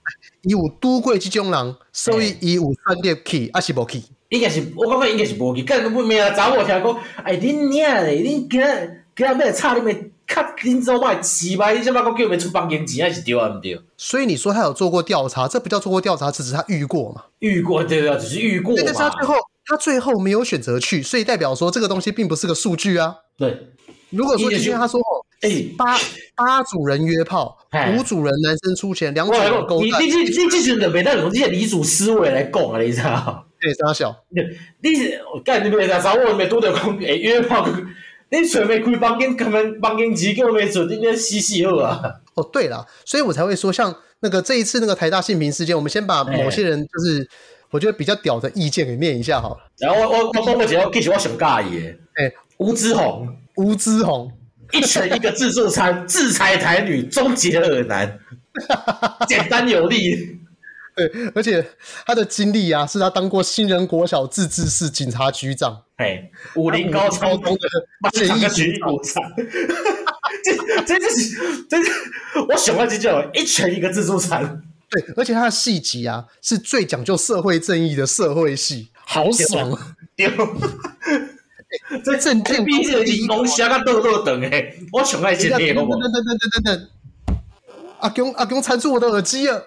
A: 伊有都贵这种人，所以
B: 嘿
A: 伊有选择去，啊是无去？
B: 应该是我感觉应该是无去，干阮明仔查某听讲，哎恁娘嘞，恁今仔今仔要吵恁咪较恁祖妈饲歹，你即摆讲叫伊咪出房间钱，还是对啊毋对？
A: 所以你说他有做过调查，这不叫做过调查，只是他遇过嘛。
B: 遇过对啊，只是遇过
A: 对，但是他
B: 嘛。
A: 最后他最后没有选择去，所以代表说这个东西并不是个数据啊。
B: 对，
A: 如果说
B: 一点
A: 今天他 说哦
B: 哎、
A: 八八组人约炮
B: 嘿，
A: 五组人男生出钱，两
B: 我
A: 组
B: 来
A: 人
B: 讲，
A: 勾
B: 哎你
A: 搭，
B: 你你你即阵就袂当用即个女主思维来讲啊，你知道？
A: 对，傻小。
B: 你是干你袂使查某，咪拄着讲会约炮，你找袂开房间，根本房间钱叫袂出，你咧死死好啊！
A: 哦，对啦，所以我才会说，像那个这一次那个台大性平事件，我们先把
B: 哎
A: 某些人就是我觉得比较屌的意见给念一下好了。
B: 然后我我我讲过一个，其实我上介意的，
A: 哎、
B: 吴志宏
A: 吴之红，
B: 一拳一个自助餐，制裁台女，终结恶男，简单有力。
A: 对，而且他的经历啊，是他当过新人国小自治市警察局长，
B: 嘿，武林高超
A: 高中的
B: 是
A: 正
B: 一
A: 义
B: 个
A: 局
B: 局
A: 长。
B: 鼓掌。 这这就是，这是我想到这种一拳一个自助餐，
A: 对，而且他的系级啊，是最讲究社会正义的社会系，好爽啊！
B: 对。
A: 在政
B: 这
A: 见
B: 毕竟是龙虾甲豆豆等诶，我上爱
A: 等等等等等
B: 食你好无？
A: 等等等等，阿公阿公缠住我的耳机了。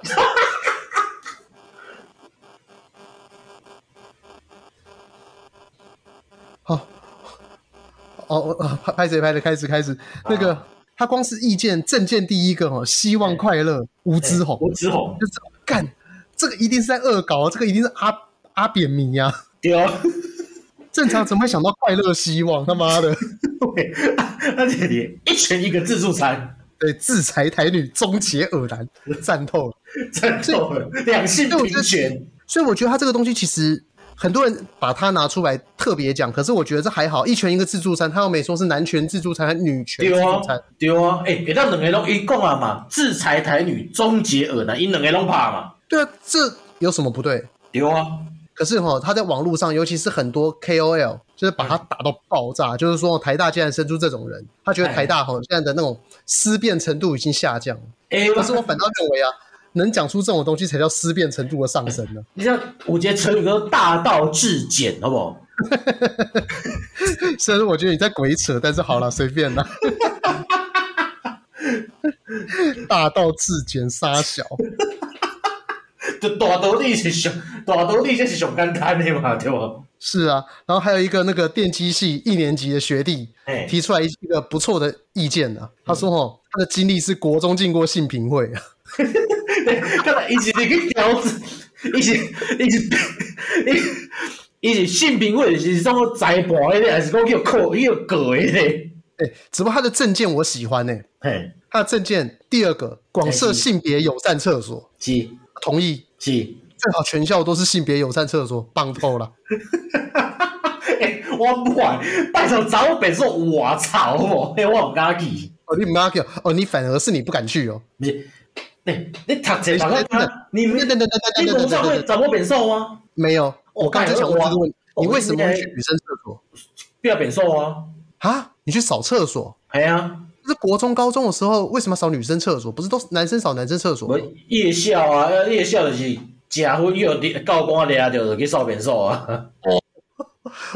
A: 好，哦我啊拍拍谁拍的开始开始，那个他光是意见证件第一个哦，希望快乐吴之红，
B: 吴志宏
A: 就是干这个一定是在恶搞，啊这个一定是阿阿扁迷呀、啊。
B: 对啊，
A: 正常怎么会想到快乐希望？他妈 的，
B: 对啊啊这里一拳一个自助餐，
A: 对制裁台女终结恶男，战透 了。
B: 真够了，两性
A: 所以我觉
B: 平
A: 得
B: 权。
A: 所以我觉得他这个东西其实很多人把它拿出来特别讲，可是我觉得这还好，一拳一个自助餐，他又没说是男拳自助餐还是女拳
B: 对
A: 自
B: 啊
A: 助餐，，
B: 对啊，诶，别当两个拢伊讲啊嘛，制裁台女，终结恶男，因两个拢拍嘛，
A: 对啊，这有什么不对？
B: 对啊，
A: 可是哈，他在网络上，尤其是很多 KOL，就是把
B: 嗯
A: 他打到爆炸，就是说台大竟然生出这种人，他觉得
B: 哎
A: 台大哈现在的那种思辨程度已经下降了。
B: 诶，
A: 可是我反倒认为啊，能讲出这种东西才叫思辨程度的上升呢。
B: 你像有一个成语叫做大道至简，好不好？
A: 虽然我觉得你在鬼扯，但是好了，随便啦。大道至简，杀小。
B: 就大道理是上，大道理这是上简单的嘛，对不？
A: 是啊，然后还有一个那个电机系一年级的学弟
B: 哎
A: 提出来一个不错的意见呢、啊，他说哦，他的经历是国中进过性评会啊，
B: 对，看来伊是一个调子，伊是伊是伊伊是性平或者是什么裁判迄个，还是讲叫扣叫过迄个？
A: 哎、只不过他的证件我喜欢呢、欸
B: 嘿，
A: 他的证件第二个广设
B: 哎是
A: 性别友善厕所，
B: 是
A: 同意。
B: 是。
A: 最好全校都是性别友善厕所，棒透了。
B: 欸 我不管，拜托找我别说，我操 哦，欸我唔敢去。
A: 哦，你不要叫哦，你反而是你不敢去哦。哎
B: 不是，你你读册读
A: 等等
B: 到你
A: 等等等等
B: 你
A: 等
B: 不
A: 等
B: 知道
A: 等
B: 会哦
A: 等，
B: 怎么变瘦吗？
A: 没有，我刚就想问这个问题，你为什么会去女生厕所
B: 不要变瘦啊！
A: 啊？你去扫厕所？
B: 系啊，
A: 就是国中、高中的时候，为什么扫女生厕所？不是都是男生扫男生厕所
B: 我
A: 吗？
B: 夜校啊，呃夜校就是食薰药教官掠着去扫便所啊。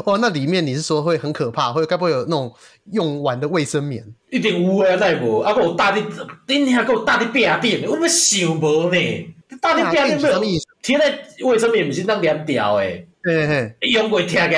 A: 哦，那里面你是说会很可怕，会该不会有那种用完的卫生棉？
B: 一定有诶，再无，啊，还有搭伫顶遐，还有搭伫壁顶，我要想无呢。搭伫壁顶
A: 什么
B: 要
A: 意思？
B: 贴在卫生棉，毋是咱粘掉诶，
A: 嘿嘿，
B: 伊用过贴个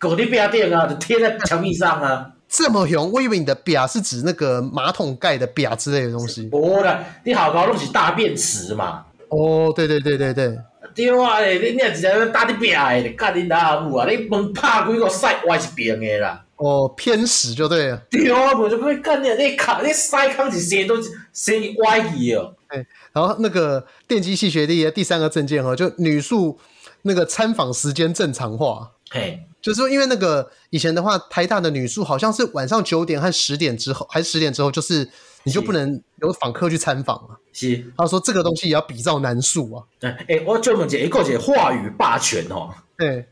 B: 裹伫壁顶啊，就贴在墙壁上啊。
A: 这么凶，我以为你的表是指那个马桶盖的表之类的东西。
B: 无啦，你校口拢是大便池嘛。
A: 哦，对对对对对，
B: 对啊，欸你你若直接搭伫壁诶，甲恁老母啊，你门拍开个屎歪一边诶啦。
A: 哦，偏食就对了。
B: 对啊，无就讲干你你卡你屎坑是生都生歪去哦。
A: 对，然后那个电机系学历的第三个证件哦，就女宿那个参访时间正常化，
B: 嘿，
A: 就是说因为那个以前的话，台大的女宿好像是晚上九点和十点之后，还是十点之后，就是你就不能有访客去参访了。
B: 是。
A: 他说这个东西也要比照男宿啊，
B: 诶、欸，我借问一下，一个是话语霸权哦，
A: 对，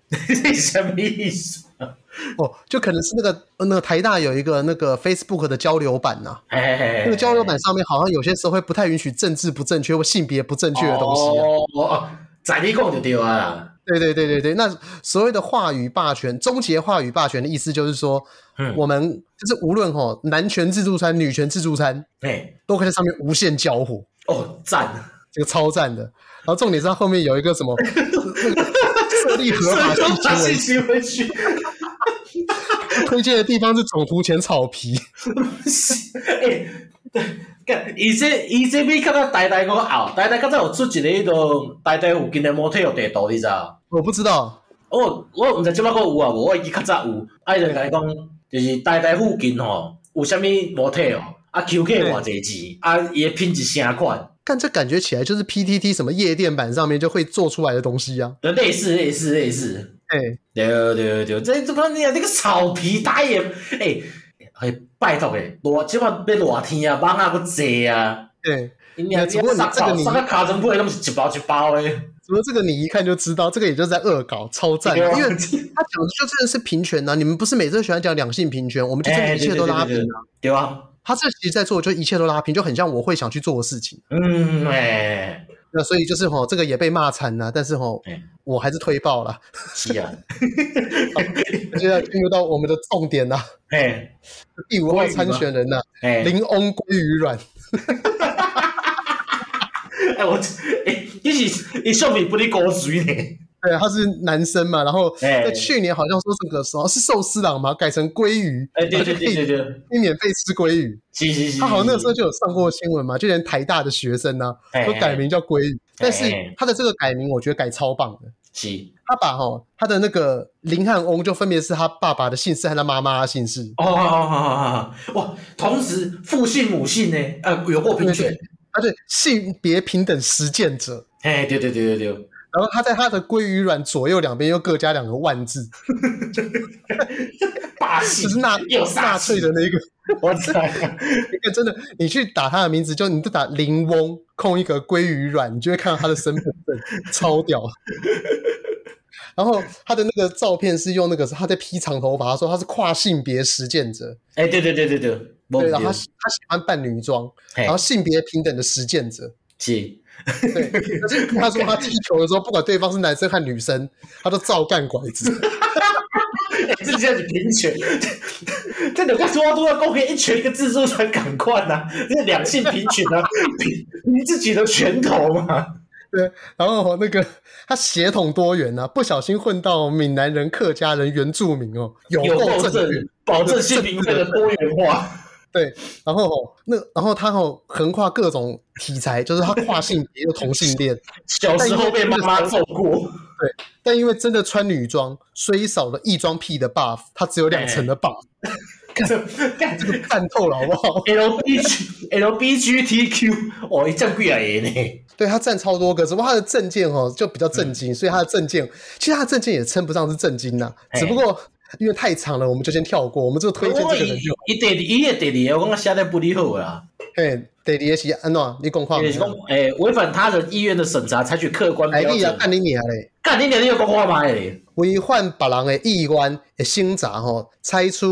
B: 你什么意思？
A: 哦，就可能是那个呃那个台大有一个那个 Facebook 的交流版呐、啊
B: 嘿嘿嘿嘿
A: 那个哎交流版上面好像有些时候会不太允许政治不正确或性别不正确的东西、啊。
B: 哦哦哦，在你讲就对啊啦。
A: 对对对对对，那所谓的话语霸权，终结话语霸权的意思就是说，
B: 嗯
A: 我们就是无论吼男权自助餐、女权自助餐，
B: 嘿，
A: 都可以在上面无限交互，
B: 哦赞，
A: 这个超赞的。然后重点是它后面有一个什么设立合法性行
B: 信
A: 为
B: 息回去。
A: 推荐的地方是种图前草皮，
B: 诶，干，伊这伊这比较到台台讲后，台台较早有出一个迄种台台附近的模特有地图，你知道？
A: 我不知道
B: 我哦我毋知即摆阁有啊无，我已经较早有，啊伊就甲你讲，就是台台附近吼有啥物模特哦，啊 QK 偌济钱，啊伊的品质啥款，
A: 但这感觉起来就是 PTT 什么夜店版上面就会做出来的东西啊。
B: 就类似类似类似，
A: 哎、
B: 对对对，这这款你啊，这个草皮大爷，诶、哎拜托诶，热即摆要热天啊，蚊啊阁济啊，
A: 对，
B: 你娘
A: 只不过你
B: 杀
A: 这个
B: 草
A: 你
B: 杀个尻川皮拢是一包一包诶。
A: 只不过这个你一看就知道，这个也就是在恶搞，超赞的。
B: 啊
A: 啊因为他讲的就真的是平权啊呐、你们不是每次都喜欢讲两性平权，我们就
B: 哎
A: 是一切都拉平、啊。
B: 对啊，
A: 他这其实在做，就一切都拉平，就很像我会想去做的事情。
B: 嗯哎，
A: 那所以就是吼，这个也被骂惨了，但是吼，
B: 哎
A: 我还是推爆了。
B: 是啊，
A: 现在进入到我们的重点啦，
B: 哎
A: 第五号参选人呐、啊
B: 哎，
A: 林翁鲑鱼卵。
B: 哎我哎，伊是伊相片不离高水 呢，
A: 对，啊他是男生嘛，然后
B: 哎
A: 在去年好像说这个时候是寿司郎嘛，改成鲑鱼，
B: 哎对
A: 然后
B: 对
A: 就
B: 对对
A: 可以
B: 对，
A: 可以免费吃鲑鱼。
B: 是是是，
A: 他好像那个时候就有上过新闻嘛，就连台大的学生呢、
B: 嗯哎
A: 都改名叫鲑鱼，但是
B: 哎
A: 他的这个改名我觉得改超棒的。
B: 是
A: 他把哈他的那个林汉翁就分别是他爸爸的姓氏和他妈妈的姓氏，
B: 哦哦哦哦哇，同时父姓母姓呢，呃有过平权，
A: 他对性别平等实践者。
B: 哎对对对对对，
A: 然后他在他的鲑鱼卵左右两边又各加两个万字，
B: 霸
A: 就
B: 气
A: 是纳
B: 又
A: 纳
B: 杀
A: 粹
B: 气，
A: 的那个。
B: 我知道，
A: 那个真的，你去打他的名字，就你就打林翁空一个鲑鱼卵，你就会看到他的身份证，超屌。 然后他的那个照片是用那个他在披长头发，他说他是跨性别实践者，
B: 哎对对对对
A: 对，
B: 对，
A: 然后
B: 对
A: 他喜他喜欢扮女装，
B: 嘿
A: 然后性别平等的实践者，
B: 是，
A: 对。可是他说他踢球的时候，不管对方是男生和女生，他都照干拐子。
B: 哎这叫是平权， 这两个说多要公平，一拳一个自助才赶快呐，这两性平权啊，平平自己的拳头嘛。
A: 对，然后那个他血统多元啊，不小心混到闽南人、客家人、原住民哦，有
B: 有
A: 够
B: 够
A: 正
B: 证
A: 确。，
B: 保证性平会的多元化。
A: 对，然后吼那然后他吼横跨各种题材，就是他跨性别又同性恋，
B: 小时候被妈妈揍过，
A: 但因为真的穿女装，虽少了异装癖的 buff，他只有两层的 buff，
B: 干
A: 这个看透了好不好？
B: L B G L B G T Q，哦，伊真贵啊个呢，
A: 对他占超多个，只不过他的证件哦就比较震
B: 嗯
A: 惊，所以他的证件其实他的证件也称不上是震惊呐，
B: 嘿
A: 只不过因为太长了，我们就先跳过，我们就推荐这个人就好。
B: 伊第二伊个第二个，我讲写得不离好啊，
A: 嘿，得迪也是安诺，你讲话
B: 就是讲诶违反他人意愿的审查，采取客观
A: 来
B: 标
A: 你啊，
B: 准。
A: 看你娘嘞！
B: 干你娘，你有讲话吗？哎诶，
A: 违反别人的意愿的审查吼，采 取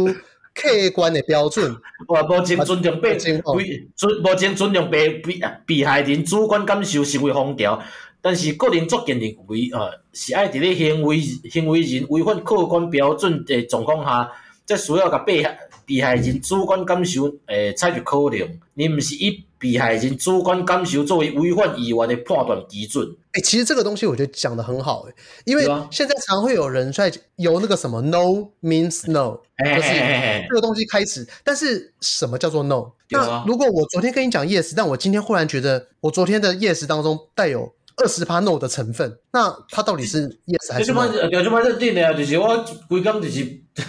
A: 客观的标准，
B: 我无真尊重被
A: 啊真好
B: 被尊无真尊重被被被害人主观感受是为封条，但是个人作见认为，呃，是爱伫咧行为行为人违反客观标准的状况下，则需要甲被害被害人主观感受诶采取考量，而毋是以被害人主观感受作为违反意愿的判断基准。
A: 哎、其实这个东西我觉得讲的很好、欸，因为
B: 对啊
A: 现在常会有人在由那个什么 “no means no”，
B: 嘿
A: 就
B: 嘿
A: 是
B: 嘿嘿
A: 这个东西开始。但是什么叫做 no？、
B: 对啊
A: 那如果我昨天跟你讲 yes，但我今天忽然觉得我昨天的 yes 当中带有二十趴 no 的成分，那它到底是 yes 还
B: 就是即摆
A: no？
B: 就即摆认定的啊，就是我规工就是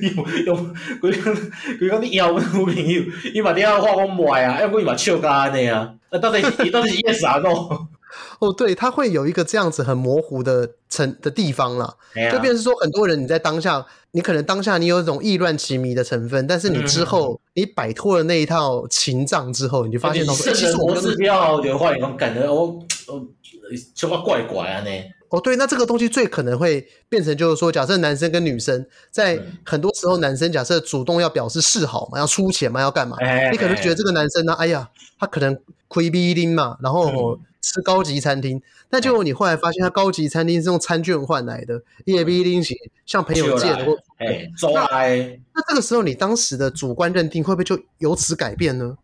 B: 用用规工规工咧邀阮女朋友，伊嘛伫遐话我卖啊，要不伊嘛笑甲安尼啊，啊到底伊到底是演啥咯？
A: 哦，对，它会有一个这样子很模糊的成的地方啦。
B: 嘿啊
A: 就变成说，很多人你在当下，你可能当下你有一种意乱情迷的成分，但是你
B: 嗯
A: 之后你摆脱了那一套情障之后，你就发现到说，
B: 圣
A: 欸其实
B: 人
A: 我
B: 模
A: 们
B: 式了，就发现讲感觉我我小可怪怪啊安尼，
A: 哦对，那这个东西最可能会变成就是说，假设男生跟女生在
B: 嗯
A: 很多时候，男生假设主动要表示示好嘛，要出钱嘛，要干嘛，
B: 哎
A: 你可能觉得这个男生呢，哎呀，他可能亏逼丁嘛，然后
B: 嗯
A: 哦吃高级餐厅，
B: 哎
A: 那结果你后来发现他高级餐厅是用餐券换来的，夜逼丁是向朋友借的或
B: 哎，做来
A: 那这个时候，你当时的主观认定会不会就由此改变呢？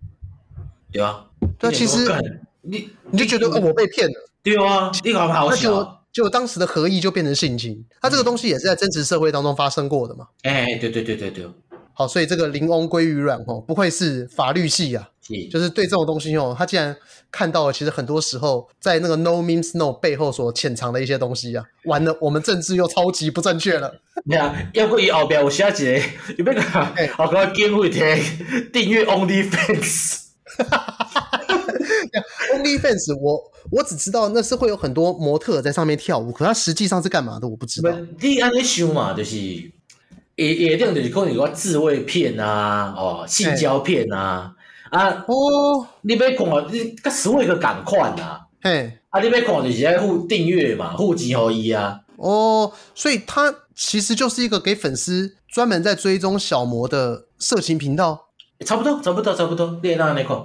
B: 对啊，
A: 对啊
B: 你
A: 其实
B: 干你
A: 你就觉得哦，我被骗了，
B: 对啊，你搞好
A: 那
B: 笑
A: 就。就当时的合意就变成性侵。那这个东西也是在真实社会当中发生过的嘛。
B: 哎，对对对对对，
A: 好，所以这个林翁归于软哦，不愧是法律系啊，
B: 是
A: 就是对这种东西哦，他竟然看到了，其实很多时候在那个 no means no 背后所潜藏的一些东西啊。完了，我们政治又超级不正确了。
B: 呀，要不伊后壁有写一个，伊要 哦甲
A: 嘿
B: 后个经费摕订阅 OnlyFans，
A: OnlyFans，我我只知道那是会有很多模特在上面跳舞，可它实际上是干嘛的我不知道。
B: 不你安尼想嘛，就是也也定就是可能有自慰片啊，哦，性交片啊，啊，
A: 哦，
B: 你要看啊，你甲所有个共款啊，
A: 嘿，
B: 啊，你要看就是爱付订阅嘛，付钱互伊啊，
A: 哦，所以它其实就是一个给粉丝专门在追踪小魔的色情频道。
B: 差不多，差不多，差不多，你会当安尼看，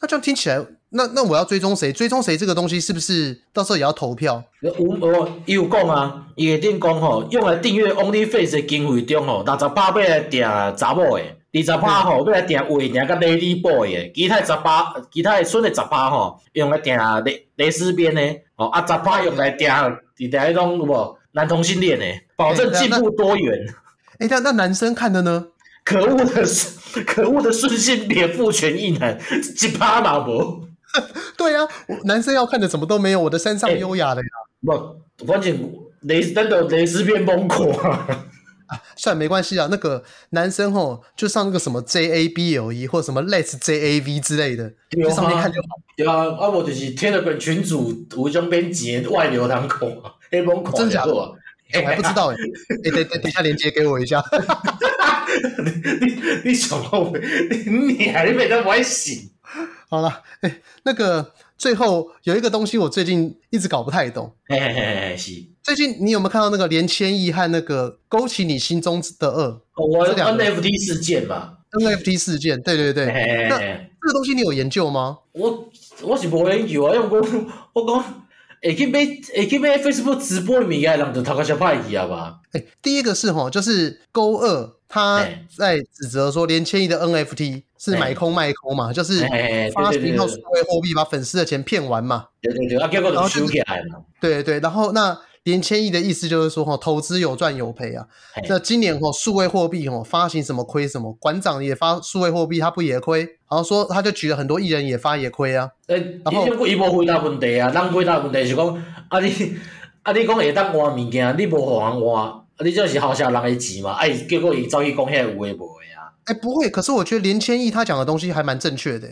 A: 那这样听起来，那那我要追踪谁？追踪谁这个东西是不是到时候也要投票？
B: 有有伊有讲啊，伊会定讲吼，用来订阅 OnlyFans 的经费中吼，六十趴要来订查某的，二十趴吼要来订画娘甲 Lady Boy 的，其他十趴，其他的剩的十趴吼，用来订蕾蕾丝边的，吼啊十趴用来订伫订迄种有无男同性恋的，保证进步多元。
A: 哎，那那男生看的呢？
B: 可恶的顺，可恶的顺性别父权意男，一趴嘛无。
A: 对啊，我男生要看的什么都没有，我的山上
B: 哎
A: 优雅的呀，
B: 无，反正蕾咱就蕾丝边崩溃啊。
A: 算了没关系啊。那个男生吼，就上那个什么 JABLE 或者什么 Let's JAV 之类的，
B: 对啊
A: 去上面看就好。
B: 对啊，啊无就是贴了本群主有种免钱的外流人看啊，黑蒙看
A: 哦真假的
B: 就好啊？
A: 哎我还不知道哎、哎、等等等一下链接给我一下。
B: 你你想后悔，你你还没在玩醒？
A: 好了，哎、那个最后有一个东西我最近一直搞不太懂。
B: 嘿嘿嘿嘿，是。
A: 最近你有没有看到那个连千亿和那个勾起你心中的恶
B: 哦我
A: 这两个
B: NFT 事件嘛，
A: NFT 事件？对对
B: 嘿
A: 对，
B: 嘿嘿
A: 那
B: 嘿，
A: 这个东西你有研究吗？
B: 我我是无研究啊，因为我我讲会去买会去买 Facebook 直播的物件，人就头壳小歹去啊吧？
A: 哎，第一个是哈，就是勾二他
B: 哎
A: 在指责说连千亿的 NFT 是
B: 哎
A: 买空卖空嘛，就是
B: 嘿嘿嘿，
A: 发
B: 对
A: 行
B: 对对
A: 到
B: 对
A: 数位货币把粉丝的钱骗完嘛。
B: 对对对，啊结果就收起来嘛，
A: 对对，然后那连千亿的意思就是说，哈，投资有赚有赔啊
B: 嘿。
A: 那今年哈，数位货币哈发行什么亏什么，馆长也发数位货币，他不也亏？然后说他就举了很多艺人也发也亏啊。
B: 诶，伊
A: 后
B: 伊无回答问题啊，咱回答问题是讲，啊你啊你讲会当换物件，你无互人换，啊你这是好下人的钱嘛？啊，伊结果伊走去讲遐有诶无诶啊，
A: 哎，不会。可是我觉得连千亿他讲的东西还蛮正确的、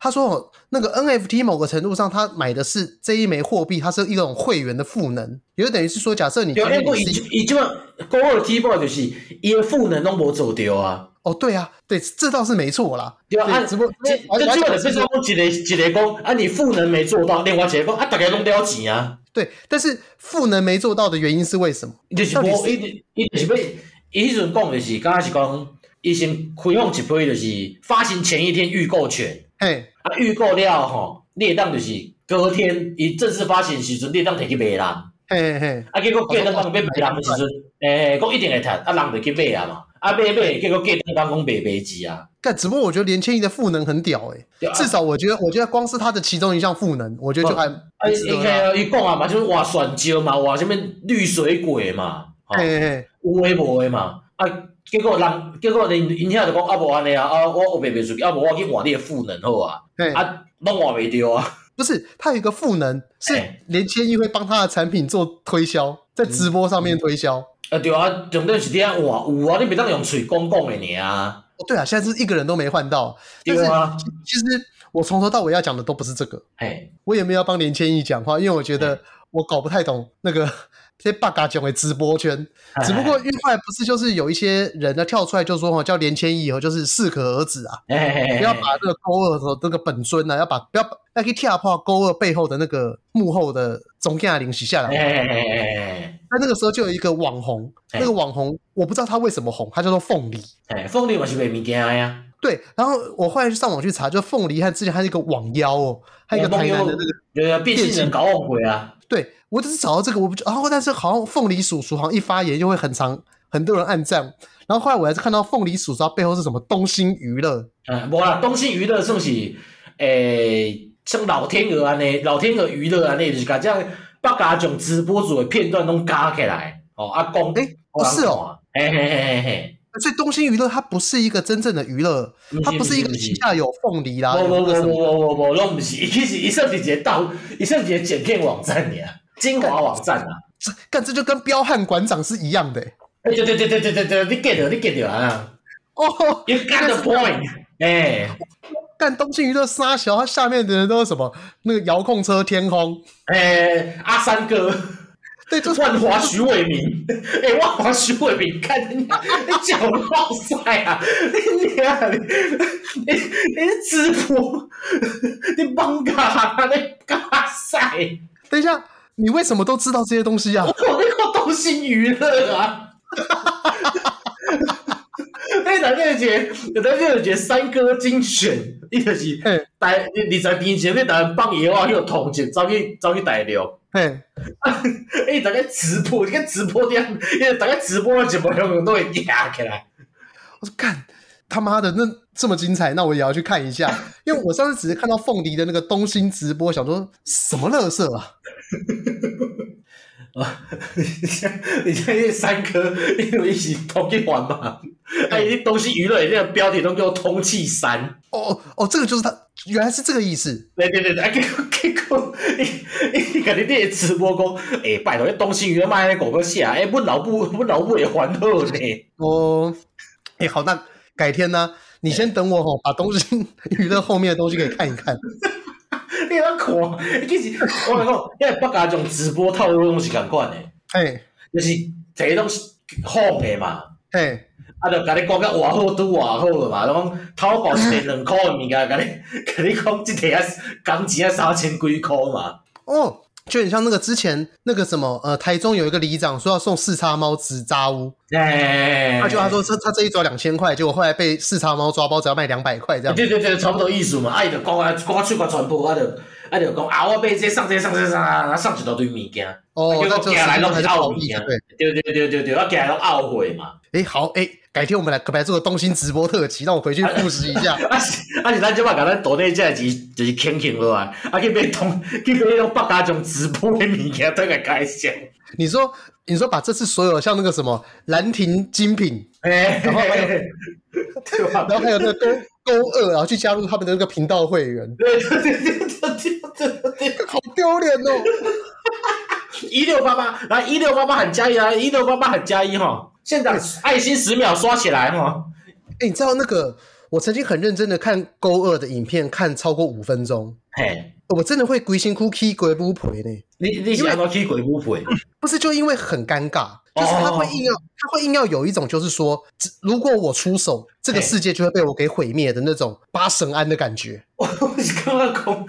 A: 他说哦，那个 NFT 某个程度上，他买的是这一枚货币，它是一种会员的赋能，也就等于是说，假设你今
B: 对啊，
A: 天
B: 因为
A: 你
B: 伊
A: 是
B: 伊即马高二起步就是伊诶赋能拢无做着啊，
A: 哦，对啊，对，这倒是没错啦。
B: 对啊，啊
A: 只不过
B: 这
A: 我
B: 这
A: 我
B: 即马就是讲一个一个讲，啊你赋能没做到，另外一个讲啊大家拢了钱啊，
A: 对，但是赋能没做到的原因是为什么？
B: 伊就是
A: 到底
B: 无
A: 是
B: 伊伊就是要伊迄阵讲就是，敢若是讲伊先开放一批就是发行前一天预购权。
A: 嘿，
B: 啊，预购了吼，你会当就是隔天伊正式发行的时阵，你会当摕去卖人。啊，
A: 嘿嘿，
B: 结果过当讲要卖人的时阵，诶、讲一定会趁，啊，人就去买啊嘛。啊，买买，结果过当讲讲卖卖钱啊。
A: 但只不过我觉得连千亿的赋能很屌诶、
B: 对啊
A: 至少我觉得，我觉得光是他的其中一项赋能，我觉得就还
B: 啊，
A: 蛮值
B: 应
A: 得
B: 该
A: 啦。
B: 啊，伊讲啊嘛，就是换选蕉嘛，换什物绿水鬼嘛，吼、
A: 嘿嘿嘿，
B: 有诶无诶嘛。啊，结果人，结果因因遐就讲啊，无安尼啊，啊，我我卖袂出去，啊，无我去换你诶赋能好啊，
A: 嘿，
B: 啊，拢换袂着啊。
A: 不是，他有一个赋能是
B: 嘿
A: 连千亿会帮他的产品做推销，在直播上面推销。哦
B: 啊对啊，重点是你啊换有啊，你袂当用喙讲讲诶尔啊。
A: 哦对啊，现在是一个人都没换到。但是
B: 对啊
A: 其其实我从头到尾要讲的都不是这个，
B: 嘿，
A: 我也没有要帮连千亿讲话，因为我觉
B: 哎
A: 得我搞不太懂那个这些 bug 啊讲的直播圈。
B: 哎
A: 只不过因为后来不是就是有一些人呢跳出来就说哦，叫连千亿哦，就是适可而止啊，
B: 嘿，嘿嘿
A: 不要把这个勾二和这个本尊啊，要把不要把要去跳破勾二背后的那个幕后的中间零洗下
B: 嘿
A: 来。
B: 嘿嘿嘿
A: 那那个时候就有一个网红，
B: 哎
A: 那个网红我不知道他为什么红，他叫做凤梨。
B: 嘿，凤梨嘛是卖物件的呀，
A: 对，然后我后来去上网去查，就凤梨和之前还有一个网妖哦，还有一个台南的那个，
B: 对啊，变性人搞误会啊，
A: 对我只是找到这个，我不然后但是好像凤梨叔叔好像一发言就会很长，很多人暗赞。然后后来我还是看到凤梨叔叔他背后是什么东兴娱乐，
B: 嗯，无啦，东兴娱乐算是诶，像老天鹅安尼，老天鹅娱乐安尼就是甲这样把家将直播组的片段拢加起来，哦，啊讲，
A: 哎哦是哦，
B: 嘿嘿嘿嘿嘿，
A: 所以东兴娱乐它不是一个真正的娱乐，它不是一个旗下有凤梨啦，
B: 无
A: 有
B: 无
A: 那个什
B: 无
A: 么
B: 无无无，拢毋是，伊其实伊算是一个盗，伊算是一个剪片网站尔，精华网站啊，
A: 这干这就跟彪悍馆长是一样的欸、
B: 对对对对对对对，你 get 到你 get 到啊
A: 哦。
B: ，you got the point，哎。
A: 干东兴娱乐沙小，它下面的人都是什么那个遥控车天空，
B: 诶、哎阿三哥，
A: 对，就是
B: 万华徐伟明，诶、万华徐伟明，看你啊你脚落塞啊！你你啊，你你你直播，你帮干你干塞，
A: 等一下，你为什么都知道这些东西啊？
B: 我那个东兴娱乐啊！ 哎，咱这节，咱这节三哥精选，伊就是
A: 嘿，
B: 台，你你在边前你台放野话，迄个同情，走去走去大陆。
A: 嘿，
B: 哎、大概直播，你看直播这样，因为大概直播的节目用都会压起来。
A: 我说干他妈的，那这么精彩，那我也要去看一下。因为我上次只是看到凤梨的那个东兴直播，想说什么乐色啊？
B: 啊，你像那三哥，因为一起通一环嘛，哎，那东西娱乐那个标题都叫“通气三
A: 哦哦哦，这个就是他，原来是这个意思”。。
B: 对对对，啊，结果结果，你你肯定你的直播讲，哎、拜托，那东西娱乐卖那广告下，哎、阮老母阮老母会烦恼呢。
A: 哦， 哎，好，那改天呢、你先等我哦，把东兴娱乐后面的东西给看一看。
B: 你那看，其实我跟你讲，因为北家种直播套路拢是共款的，
A: 嘿，
B: 就是这个拢是仿的嘛。
A: 嘿，
B: 啊，就甲你讲甲偌好拄偌好了嘛，拢讲淘宝一个两箍的物件，甲你甲你讲一个啊，工钱啊三千几箍嘛，
A: 哦，就很像那个之前那个什么，呃，台中有一个里长说要送四叉猫纸扎屋，
B: 哎、
A: 他啊就他说这他这一桌两千块，结果后来被四叉猫抓包，只要卖两百块这样。
B: 对对对，差不多意思嘛，啊，伊就讲啊，讲出个传播，啊就啊就讲啊，我买这送这送这送啊，送一大堆物件，
A: 哦，那就
B: 啊结果寄来拢
A: 还
B: 是
A: 是
B: 懊
A: 暴
B: 悔
A: 利
B: 啊
A: 对。，
B: 对对对对对，啊我寄来拢懊悔嘛。
A: 哎，好，哎，改天我们来来做个东兴直播特辑，让我回去复习一下。
B: 啊是啊是，咱即摆甲咱岛内这钱就是 轻轻落来，啊去买通去买迄种北家种直播的物件，倒来介绍。
A: 你说你说把这次所有像那个什么兰亭精品，
B: 哎，
A: 然后还有
B: 对吧
A: 然？后还有那个勾勾二，然后去加入他们的那个频道会员，
B: 对对对对对对对对，
A: 好丢脸哦！
B: 一六八八，来一六八八喊加一，来一六八八喊加一哈！现场爱心十秒刷起来哈！
A: 哎，你知道那个我曾经很认真的看勾二的影片，看超过五分钟，
B: 嘿，
A: 我真的会鬼心哭泣鬼不赔呢。
B: 你你想要去鬼不鬼？
A: 不是就因为很尴尬，就是他会硬要，
B: 哦
A: 他会硬要有一种就是说，只如果我出手，这个
B: 嘿
A: 世界就会被我给毁灭的那种八神庵的感觉。
B: 我我是感觉讲，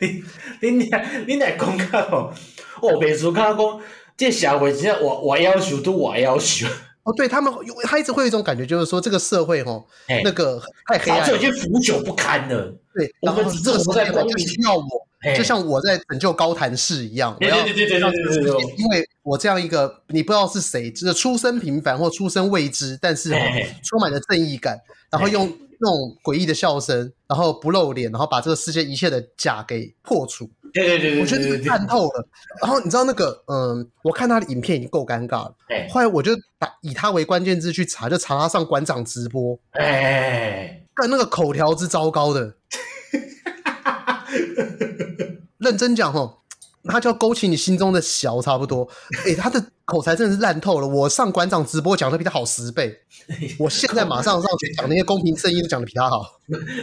B: 你你俩你俩讲到吼，我袂输感觉讲，这社会真正我我要求都我要求，
A: 哦，对他们，他一直会有一种感觉，就是说这个社会哦，
B: 嘿
A: 那个太黑
B: 早
A: 暗
B: 就
A: 了
B: 已，经腐朽不堪了。
A: 对，
B: 我
A: 然
B: 们
A: 后
B: 只
A: 这个
B: 是
A: 时
B: 活
A: 代
B: 在
A: 我
B: 光
A: 就
B: 明
A: 需要我，
B: 嘿
A: 就像我在拯救高谭市一样，我
B: 哎对
A: 要
B: 对对对对对对对，
A: 因为我这样一个你不知道是谁，就是出身平凡或出身未知，但是、哦
B: 嘿嘿
A: 充满了正义感，然后
B: 哎
A: 用那种诡异的笑声，然后不露脸，然后把这个世界一切的假给破除。
B: 对对对对，
A: 我觉得
B: 对
A: 那
B: 对
A: 个看透了。然后你知道那个，嗯，我看他的影片已经够尴尬了，
B: 哎
A: 后来我就打以他为关键字去查，就查他上馆长直播，
B: 哎，
A: 但那个口条之糟糕的。认真讲哦，他就要勾起你心中的小差不多。诶，他的口才真的是烂透了。我上馆长直播讲的比他好十倍，我现在马上上去讲那些公平正义都讲的比他好。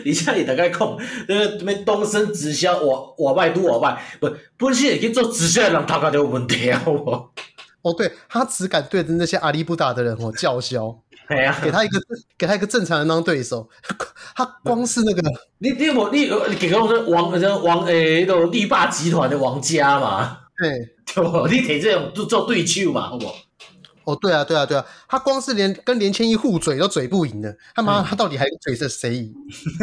B: 而且伊大概讲，那个咩东升直销，我我卖都我卖，不本身会去做直销的人，头壳就有问题啊！我，
A: 哦，对他只敢对着那些阿里不达的人哦叫嚣，
B: 哎呀，
A: 给他一个给他一个正常人当对手， 他光是那个
B: 你你无你你给讲说王这王诶，迄个力霸集团的王家嘛，
A: 对。
B: 对无？你摕这种做做对手嘛，好无？
A: 哦，对啊，对啊，对啊，他光是连跟连千一互嘴都嘴不赢的，他妈他到底还嘴着谁赢？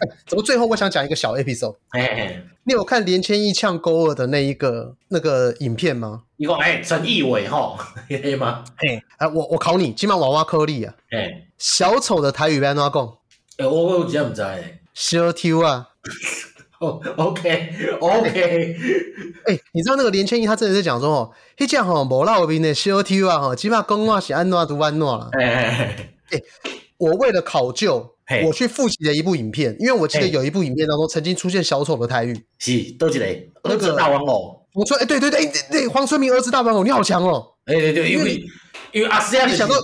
A: 哎怎么最后我想讲一个小 episode？
B: 嘿嘿，
A: 你有看连千一呛勾二的那一个那个影片吗？
B: 伊讲诶，陈义伟吼，迄个嘛，
A: 哎、啊，我我考你，今晚娃娃颗粒啊，
B: 诶、
A: 小丑的台语要安怎讲？
B: 诶、我我有真毋知诶。
A: 小丑啊！
B: 哦，OK OK，
A: 哎、你知道那个连千一他真的是讲说哦，他讲吼无老兵的小丑啊吼，起码公话是安怎读安怎啦。
B: 诶，
A: 我为了考究
B: 嘿，
A: 我去复习了一部影片，因为我记得
B: 嘿
A: 有一部影片当中曾经出现小丑的台语。
B: 是倒一个？
A: 那个
B: 那个大王哦，
A: 我说，哎、对对对，哎、对，黄春明儿子大班狗，你好强哦！
B: 诶哎对对，因为因为阿斯亚
A: 你
B: 就是
A: 想到，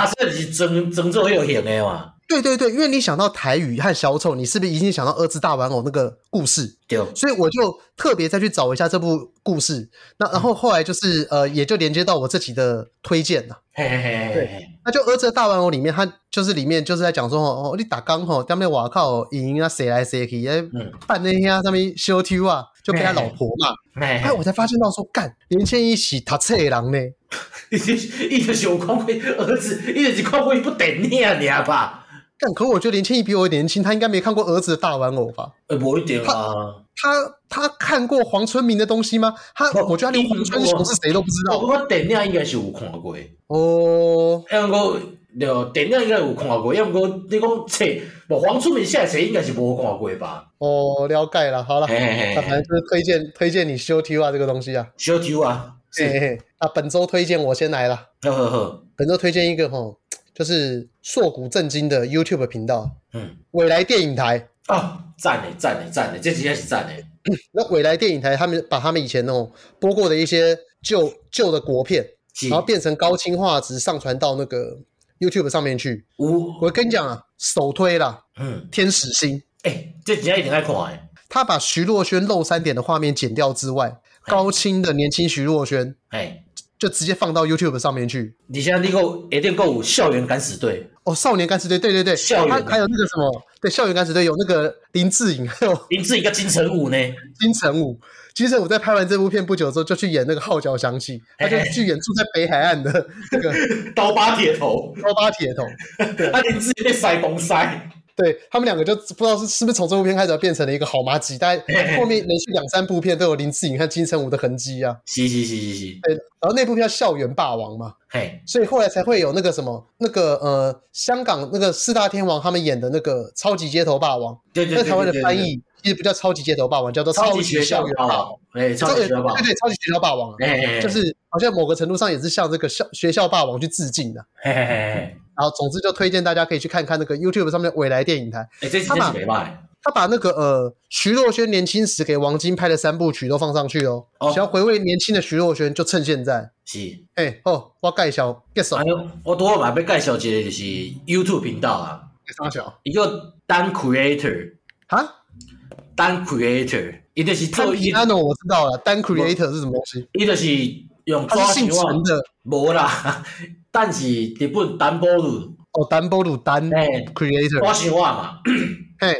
B: 阿斯亚就是装装做迄个型诶嘛，
A: 对对对，因为你想到台语和小丑，你是不是一定想到儿子大玩偶那个故事？
B: 对，
A: 所以我就特别再去找一下这部故事。那然后后来就是呃，也就连接到我自己的推荐了。
B: 嘿嘿嘿嘿嘿，
A: 那就儿子的大玩偶里面，他就是里面就是在讲说哦，哦你打刚吼，他们瓦靠赢啊，谁来谁去，哎
B: 嗯，
A: 办那些啊，上面修 Q 啊，就被他老婆嘛。
B: 嘿
A: 哎， 我才发现到说，干连千一起他册狼呢。
B: 伊就是伊就是有看过儿子，伊就是看过一部电影尔吧？
A: 干，可我觉得林千一比我年轻，他应该没看过儿子的大玩偶吧？
B: 呃，无一定啊。
A: 他他看过黄春明的东西吗？他
B: 哦
A: 我觉得他连黄春雄是谁都不知
B: 我
A: 道
B: 我电影应该是有看过，抑
A: 哦。
B: 毋过对电影应该有看过，抑毋过你讲册，无黄春明写册应该是无看过吧？
A: 哦，了解了，好了，
B: 嘿嘿
A: 那反正
B: 嘿，
A: 就是推荐推荐你修 T 啊这个东西啊。
B: 小酒啊，
A: 嘿
B: 是，
A: 嘿，那本周推荐我先来了，
B: 好好好，
A: 本周推荐一个哈，就是硕古震惊的 YouTube 频道
B: 嗯，
A: 未来电影台。
B: 啊，赞诶赞诶赞诶，这真正是赞诶，
A: 那未来电影台他们把他们以前那种播过的一些旧旧的国片，
B: 是
A: 然后变成高清画质上传到那个 YouTube 上面去。
B: 有，
A: 我跟你讲啊，首推啦，
B: 嗯，
A: 《天使星》，
B: 诶，哎这真正一定爱看诶，
A: 他把徐若瑄露三点的画面剪掉之外，高清的年轻徐若瑄
B: 嘿，
A: 就直接放到 YouTube 上面去。
B: 哎而且你个一定够有校园敢死队，
A: 哦，少年敢死队，对对对，
B: 校园
A: 他
B: 啊
A: 还有那个什么，对，校园敢死队有那个林志颖，还有
B: 林志颖个金城武呢，
A: 金城武。金城武在拍完这部片不久之后，就去演那个号角响起，他就
B: 嘿嘿
A: 去演住在北海岸的那个
B: 刀疤铁头。
A: 高巴铁头。
B: 啊，林志颖被塞公塞，
A: 对他们两个就不知道是是不是从这部片开始变成了一个好麻吉，但
B: 嘿
A: 后面连续两三部片都有林志颖和金城武的痕迹啊。
B: 是是是是是，
A: 对，然后那部片叫《校园霸王》嘛，
B: 嘿，
A: 所以后来才会有那个什么那个呃，香港那个四大天王他们演的那个《超级街头霸王》，
B: 对对
A: 在
B: 对，
A: 台湾的
B: 对
A: 翻，
B: 对对
A: 译其实不叫超级街头霸王，叫做
B: 超级
A: 级
B: 学校
A: 校园霸
B: 霸
A: 王。
B: 王，哎，
A: 这
B: 超级
A: 个
B: 学校霸
A: 对
B: 王，
A: 对，超级学校霸王啊，
B: 哎，
A: 就是好像某个程度上也是向这个校学校霸王去致敬的、
B: 嘿嘿嘿哎嘿，
A: 然后，总之就推荐大家可以去看看那个 YouTube 上面的未来电影台，
B: 哎，这这是
A: 他把
B: 没歹。
A: 他把那个呃徐若瑄年轻时给王晶拍的三部曲都放上去哦。
B: 哦
A: 想要回味年轻的徐若瑄，就趁现在。
B: 是，
A: 哎、哦，我介绍介绍
B: 安尼我拄好嘛要介绍一个就是 YouTube 频道啊，
A: 啥小
B: 伊叫单 Creator，
A: 啊？
B: 单 Creator，伊就是
A: 单
B: 做
A: 皮
B: 伊，
A: 安诺我知道了，单 creator 是什么东西？
B: 伊就是用
A: 他是姓
B: 纸箱
A: 陈
B: 啊，
A: 的
B: 无啦， 但是日本单波鲁，
A: 哦，丹波鲁丹
B: 哎，纸
A: creator，哎
B: 箱啊嘛，
A: 嘿，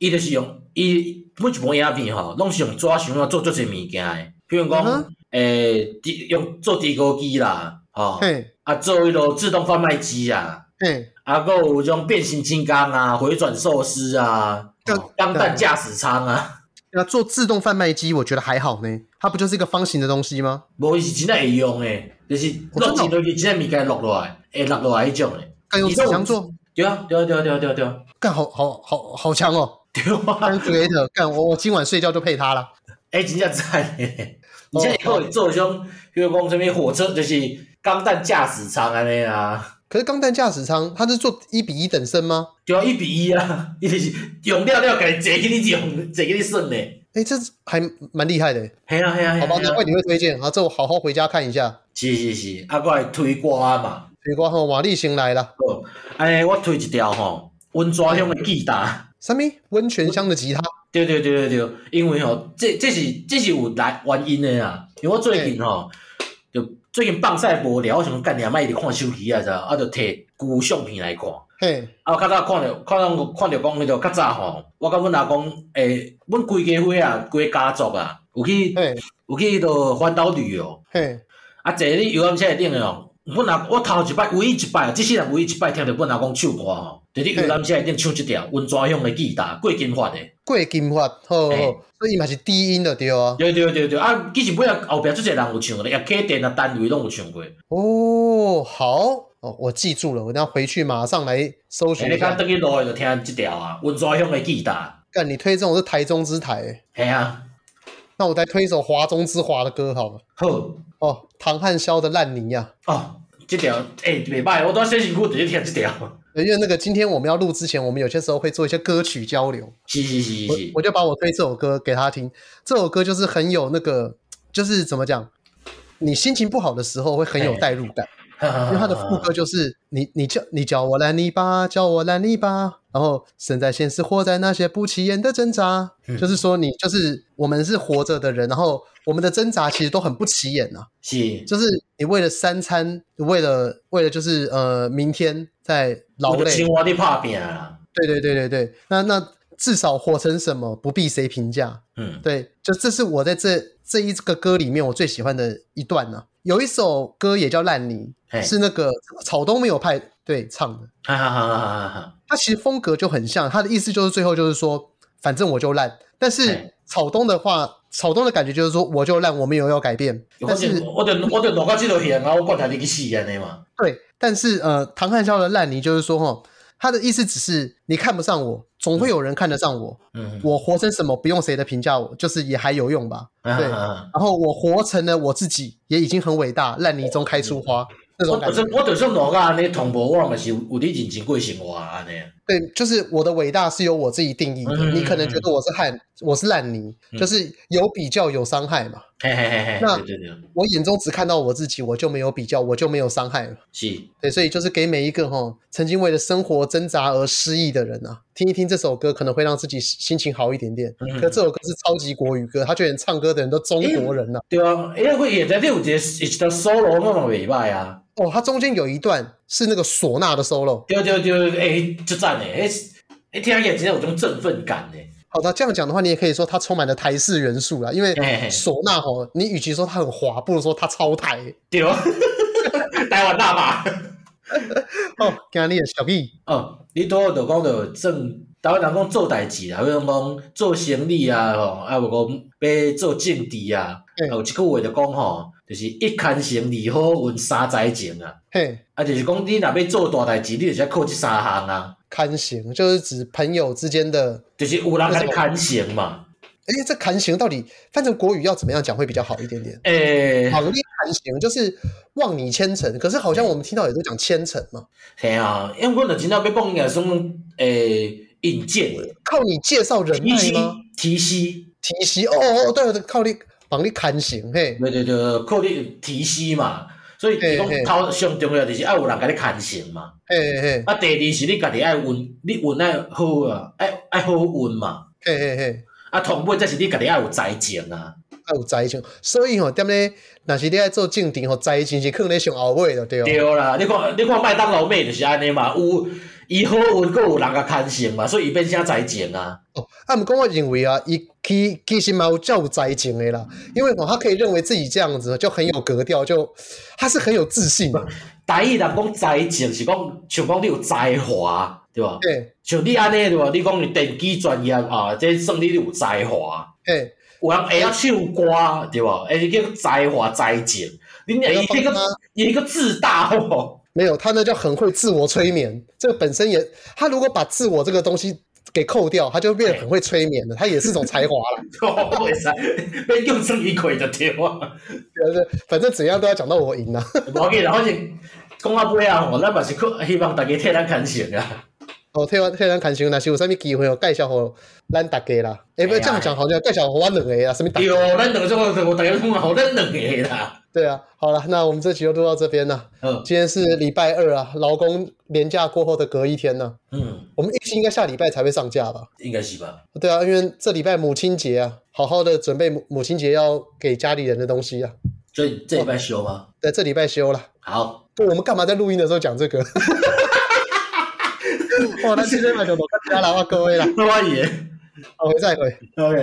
B: 伊就是用伊每一部影片吼，拢是用纸箱啊做做些物件的，比如
A: 嗯
B: 讲，诶、地用做地沟机啦，吼、
A: 嘿，
B: 啊做迄落自动贩卖机啊。
A: 嘿，
B: 啊，够有种变形金刚啊、回转寿司啊、
A: 对
B: 哦钢弹驾驶舱啊，
A: 那做自动贩卖机，我觉得还好呢，它不就是一个方形的东西吗？
B: 无伊是真的会用诶，就是
A: 哦真的
B: 落
A: 哦
B: 钱落去，真的物件落落来，会落落来迄种诶。
A: 该用纸箱做，
B: 对啊，对啊，对啊，对啊，对啊，对啊，
A: 干好好好好强哦！
B: 对啊，
A: 单 creator，干我我今晚睡觉就配它了。
B: 哎，真正赞 诶！你
A: 哦
B: 现在以后会做种，比如讲什么火车，就是钢弹驾驶舱安尼啊，
A: 可是钢弹驾驶舱，它是做一比一等身吗？
B: 对啊，一比一啊，伊就是用了了，家坐去你用，坐去你算诶。
A: 哎，这还蛮厉害的，
B: 系啊，系啊，嘿啊
A: 好吧？
B: 嘿啊
A: 难怪你会推荐啊，这我好好回家看一下。
B: 是是是，啊，过来推歌嘛。
A: 水瓜和瓦力行来了，
B: 好，安尼我推一条吼，温泉乡的吉他。
A: 什么温泉乡的吉他？
B: 对对对对对，因为吼，这这是这是有来原因的啦。因为我最近吼，就最近放晒无聊，我想干点卖伫看手机啊，知道啊，就摕旧相片来看。
A: 嘿，
B: 啊，较早看着看到看着讲迄个较早吼，我甲阮阿公诶，阮规家伙啊，规个家族啊，有去
A: 嘿，
B: 有去迄个环岛旅游，
A: 嘿，
B: 啊，坐咧游览车顶诶哦。阮阿我头一摆，唯一一摆，即世人唯一一摆听着阮阿公唱歌吼，伫咧游览车顶唱一条《温泉乡的吉他》，过金发诶。
A: 贵金发，吼，
B: 嘿
A: 吼所以嘛是低音的对啊。
B: 对对对对，啊，其实尾啊后壁即侪人有唱咧，也客店啊单位拢有唱过。
A: 哦，好，哦，我记住了，我等一下回去马上来搜
B: 哎，
A: 寻
B: 你
A: 一
B: 看
A: 下。
B: 倒去路诶就听即条啊，《温泉乡的吉他
A: 干，你推这种是台中之台、欸，》。
B: 嘿啊，
A: 那我再推一首华中之华的歌好了。
B: 好
A: 哦，唐汉霄的《烂泥》啊呀、
B: 哦，即条诶袂歹，我拄洗身躯直接听即条。
A: 因为那个今天我们要录之前，我们有些时候会做一些歌曲交流。
B: 是是是
A: 我
B: 是是，
A: 我就把我推这首歌给他听，这首歌就是很有那个，就是怎么讲，你心情不好的时候会很有代入感，因
B: 因
A: 为它的副歌就是你你叫你叫我烂泥巴，叫我烂泥巴，然后身在现实，活在那些不起眼的挣扎，
B: 嗯
A: 就是说你就是我们是活着的人，然后我们的挣扎其实都很不起眼啊，
B: 是
A: 就是你为了三餐，为了为了就是呃明天在劳
B: 我就
A: 累
B: 青，蛙咧拍拼啊，
A: 对对对对对，那那至少活成什么不必谁评价。
B: 嗯，
A: 对，就这是我在这这一个歌里面我最喜欢的一段呢、有一首歌也叫《烂泥
B: 嘿》，，
A: 是那个草东没有派对唱的。
B: 哈哈哈哈哈哈，
A: 它其实风格就很像，它的意思就是最后就是说，反正我就烂。但
B: 嘿
A: 是草东的话，草东的感觉就是说，我就烂，我没有要改变。
B: 我
A: 但
B: 就是我就我就弄到即条线啊，我管他你去死安尼嘛。
A: 对，但是呃，唐汉霄的烂泥就是说，哈，他的意思只是你看不上我，总会有人看得上我。
B: 嗯，
A: 我活成什么，不用谁的评价我，就是也还有用吧。
B: 啊
A: 对
B: 啊啊
A: 然后我活成了我自己，也已经很伟大，烂泥中开出
B: 哦
A: 花那
B: 我
A: 种
B: 就
A: 感觉
B: 算。我就算落个安尼同步，我嘛是有有咧认真过生活啊安尼。
A: 对，就是我的伟大是由我自己定义的。
B: 嗯
A: 你可能觉得我是汉，我是烂泥，
B: 嗯
A: 就是有比较有伤害嘛。
B: 嘿嘿嘿嘿，
A: 那
B: 对对对，
A: 我眼中只看到我自己，我就没有比较，我就没有伤害了。
B: 是
A: 对，所以就是给每一个哈曾经为了生活挣扎而失意的人啊，听一听这首歌，可能会让自己心情好一点点。
B: 嗯
A: 可这首歌是超级国语歌，他就连唱歌的人都中国人呐、
B: 对啊。因为我现在你有一个一条 solo 我嘛袂歹啊。
A: 哦，他中间有一段是那个唢呐的 solo。
B: 对对对，诶，就赞诶，诶，诶，听起来真的有种振奋感诶。
A: 好的，这样讲的话，你也可以说它充满了台式元素啦，因为
B: 嘿嘿
A: 唢呐吼，你与其说它很滑，不如说它超台。
B: 对啊， 台湾大吧？
A: 哦，今你的小屁，
B: 哦，你拄好就讲到正。台湾人讲做代志啦，比如讲做生理啊，吼，啊，无讲要做政治啊，
A: 嗯
B: 啊有一句话就讲吼，就是一牵成二好运三灾情啊。
A: 嘿，
B: 啊，就是讲你若要做大代志，你就是要靠即三项啊。
A: 看行就是指朋友之间的。
B: 就是有人甲你牵成嘛。
A: 哎、这看行到底翻成国语要怎么样讲会比较好一点点？
B: 诶、
A: 好，力看行就是望你千层，可是好像我们听到也都讲千层嘛，
B: 嘿啊，因为阮就真正要讲个算诶引荐、
A: 靠你介绍人
B: 提
A: 脉
B: 示
A: 吗？、
B: 提示，
A: 提携哦哦，对对，靠你帮你看行嘿，
B: 对对对，靠你提示嘛。所以
A: 嘿
B: 是
A: 嘿
B: 讲头上重要就是爱有人甲你牵成嘛。
A: 嘿嘿
B: 啊，第二是你家己爱运，你运爱好啊，爱爱好运嘛。
A: 嘿嘿嘿。
B: 啊，同尾则是你家己爱有才情啊。
A: 啊有灾情，所以吼、踮咧，若是你爱做政治吼，灾情是放咧上后尾的对哦。
B: 对啦，你看你看麦当劳妹就是安尼嘛，有伊好运，佮有人甲牵成嘛，所以伊变啥才情啊。
A: 哦，啊，毋过我认为啊，伊其其实蛮有较有灾情的啦，因为吼、他可以认为自己这样子就很有格调，就他是很有自信的。
B: 台语人讲才情是讲，像讲你有才华，对吧？
A: 对，
B: 像你安尼对吧？你讲你电机专业啊，这算你有才华。
A: 嘿，
B: 有人会晓唱歌，对吧？会叫才华才情。你若伊这个
A: 我要帮他
B: 伊个自大哦，
A: 没有他呢就很会自我催眠，这个本身也，他如果把自我这个东西给扣掉，他就变得很会催眠了，他也是种才华啦。
B: 会使，要叫算伊开就对啊。
A: 对对，反正怎样都要讲到我赢啦。啊
B: 无要紧啦，反正讲到尾啊，吼，咱嘛是靠希望大家替咱牵成啊。
A: 哦，退完退完看球，若是有啥物机会哦，介绍互咱大家啦。哎、不
B: 哎呀
A: 这样讲好像介绍互我两个啦，什么大
B: 对，哦咱两个做个，我大家拢好，咱两个啦。
A: 对啊，好了，那我们这集就录到这边了。
B: 嗯
A: 今天是礼拜二啊，劳工年假过后的隔一天呢、
B: 嗯，
A: 我们预期应该下礼拜才会上架吧？
B: 应该是吧。
A: 对啊，因为这礼拜母亲节啊，好好的准备母母亲节要给家里人的东西啊，
B: 所以这礼拜休吗？
A: 在这礼拜休了。
B: 好，
A: 对，我们干嘛在录音的时候讲这 个？哇，那今天买就多大家了哇， 各位啦，
B: 那我也啊
A: 好，回再会。
B: OK。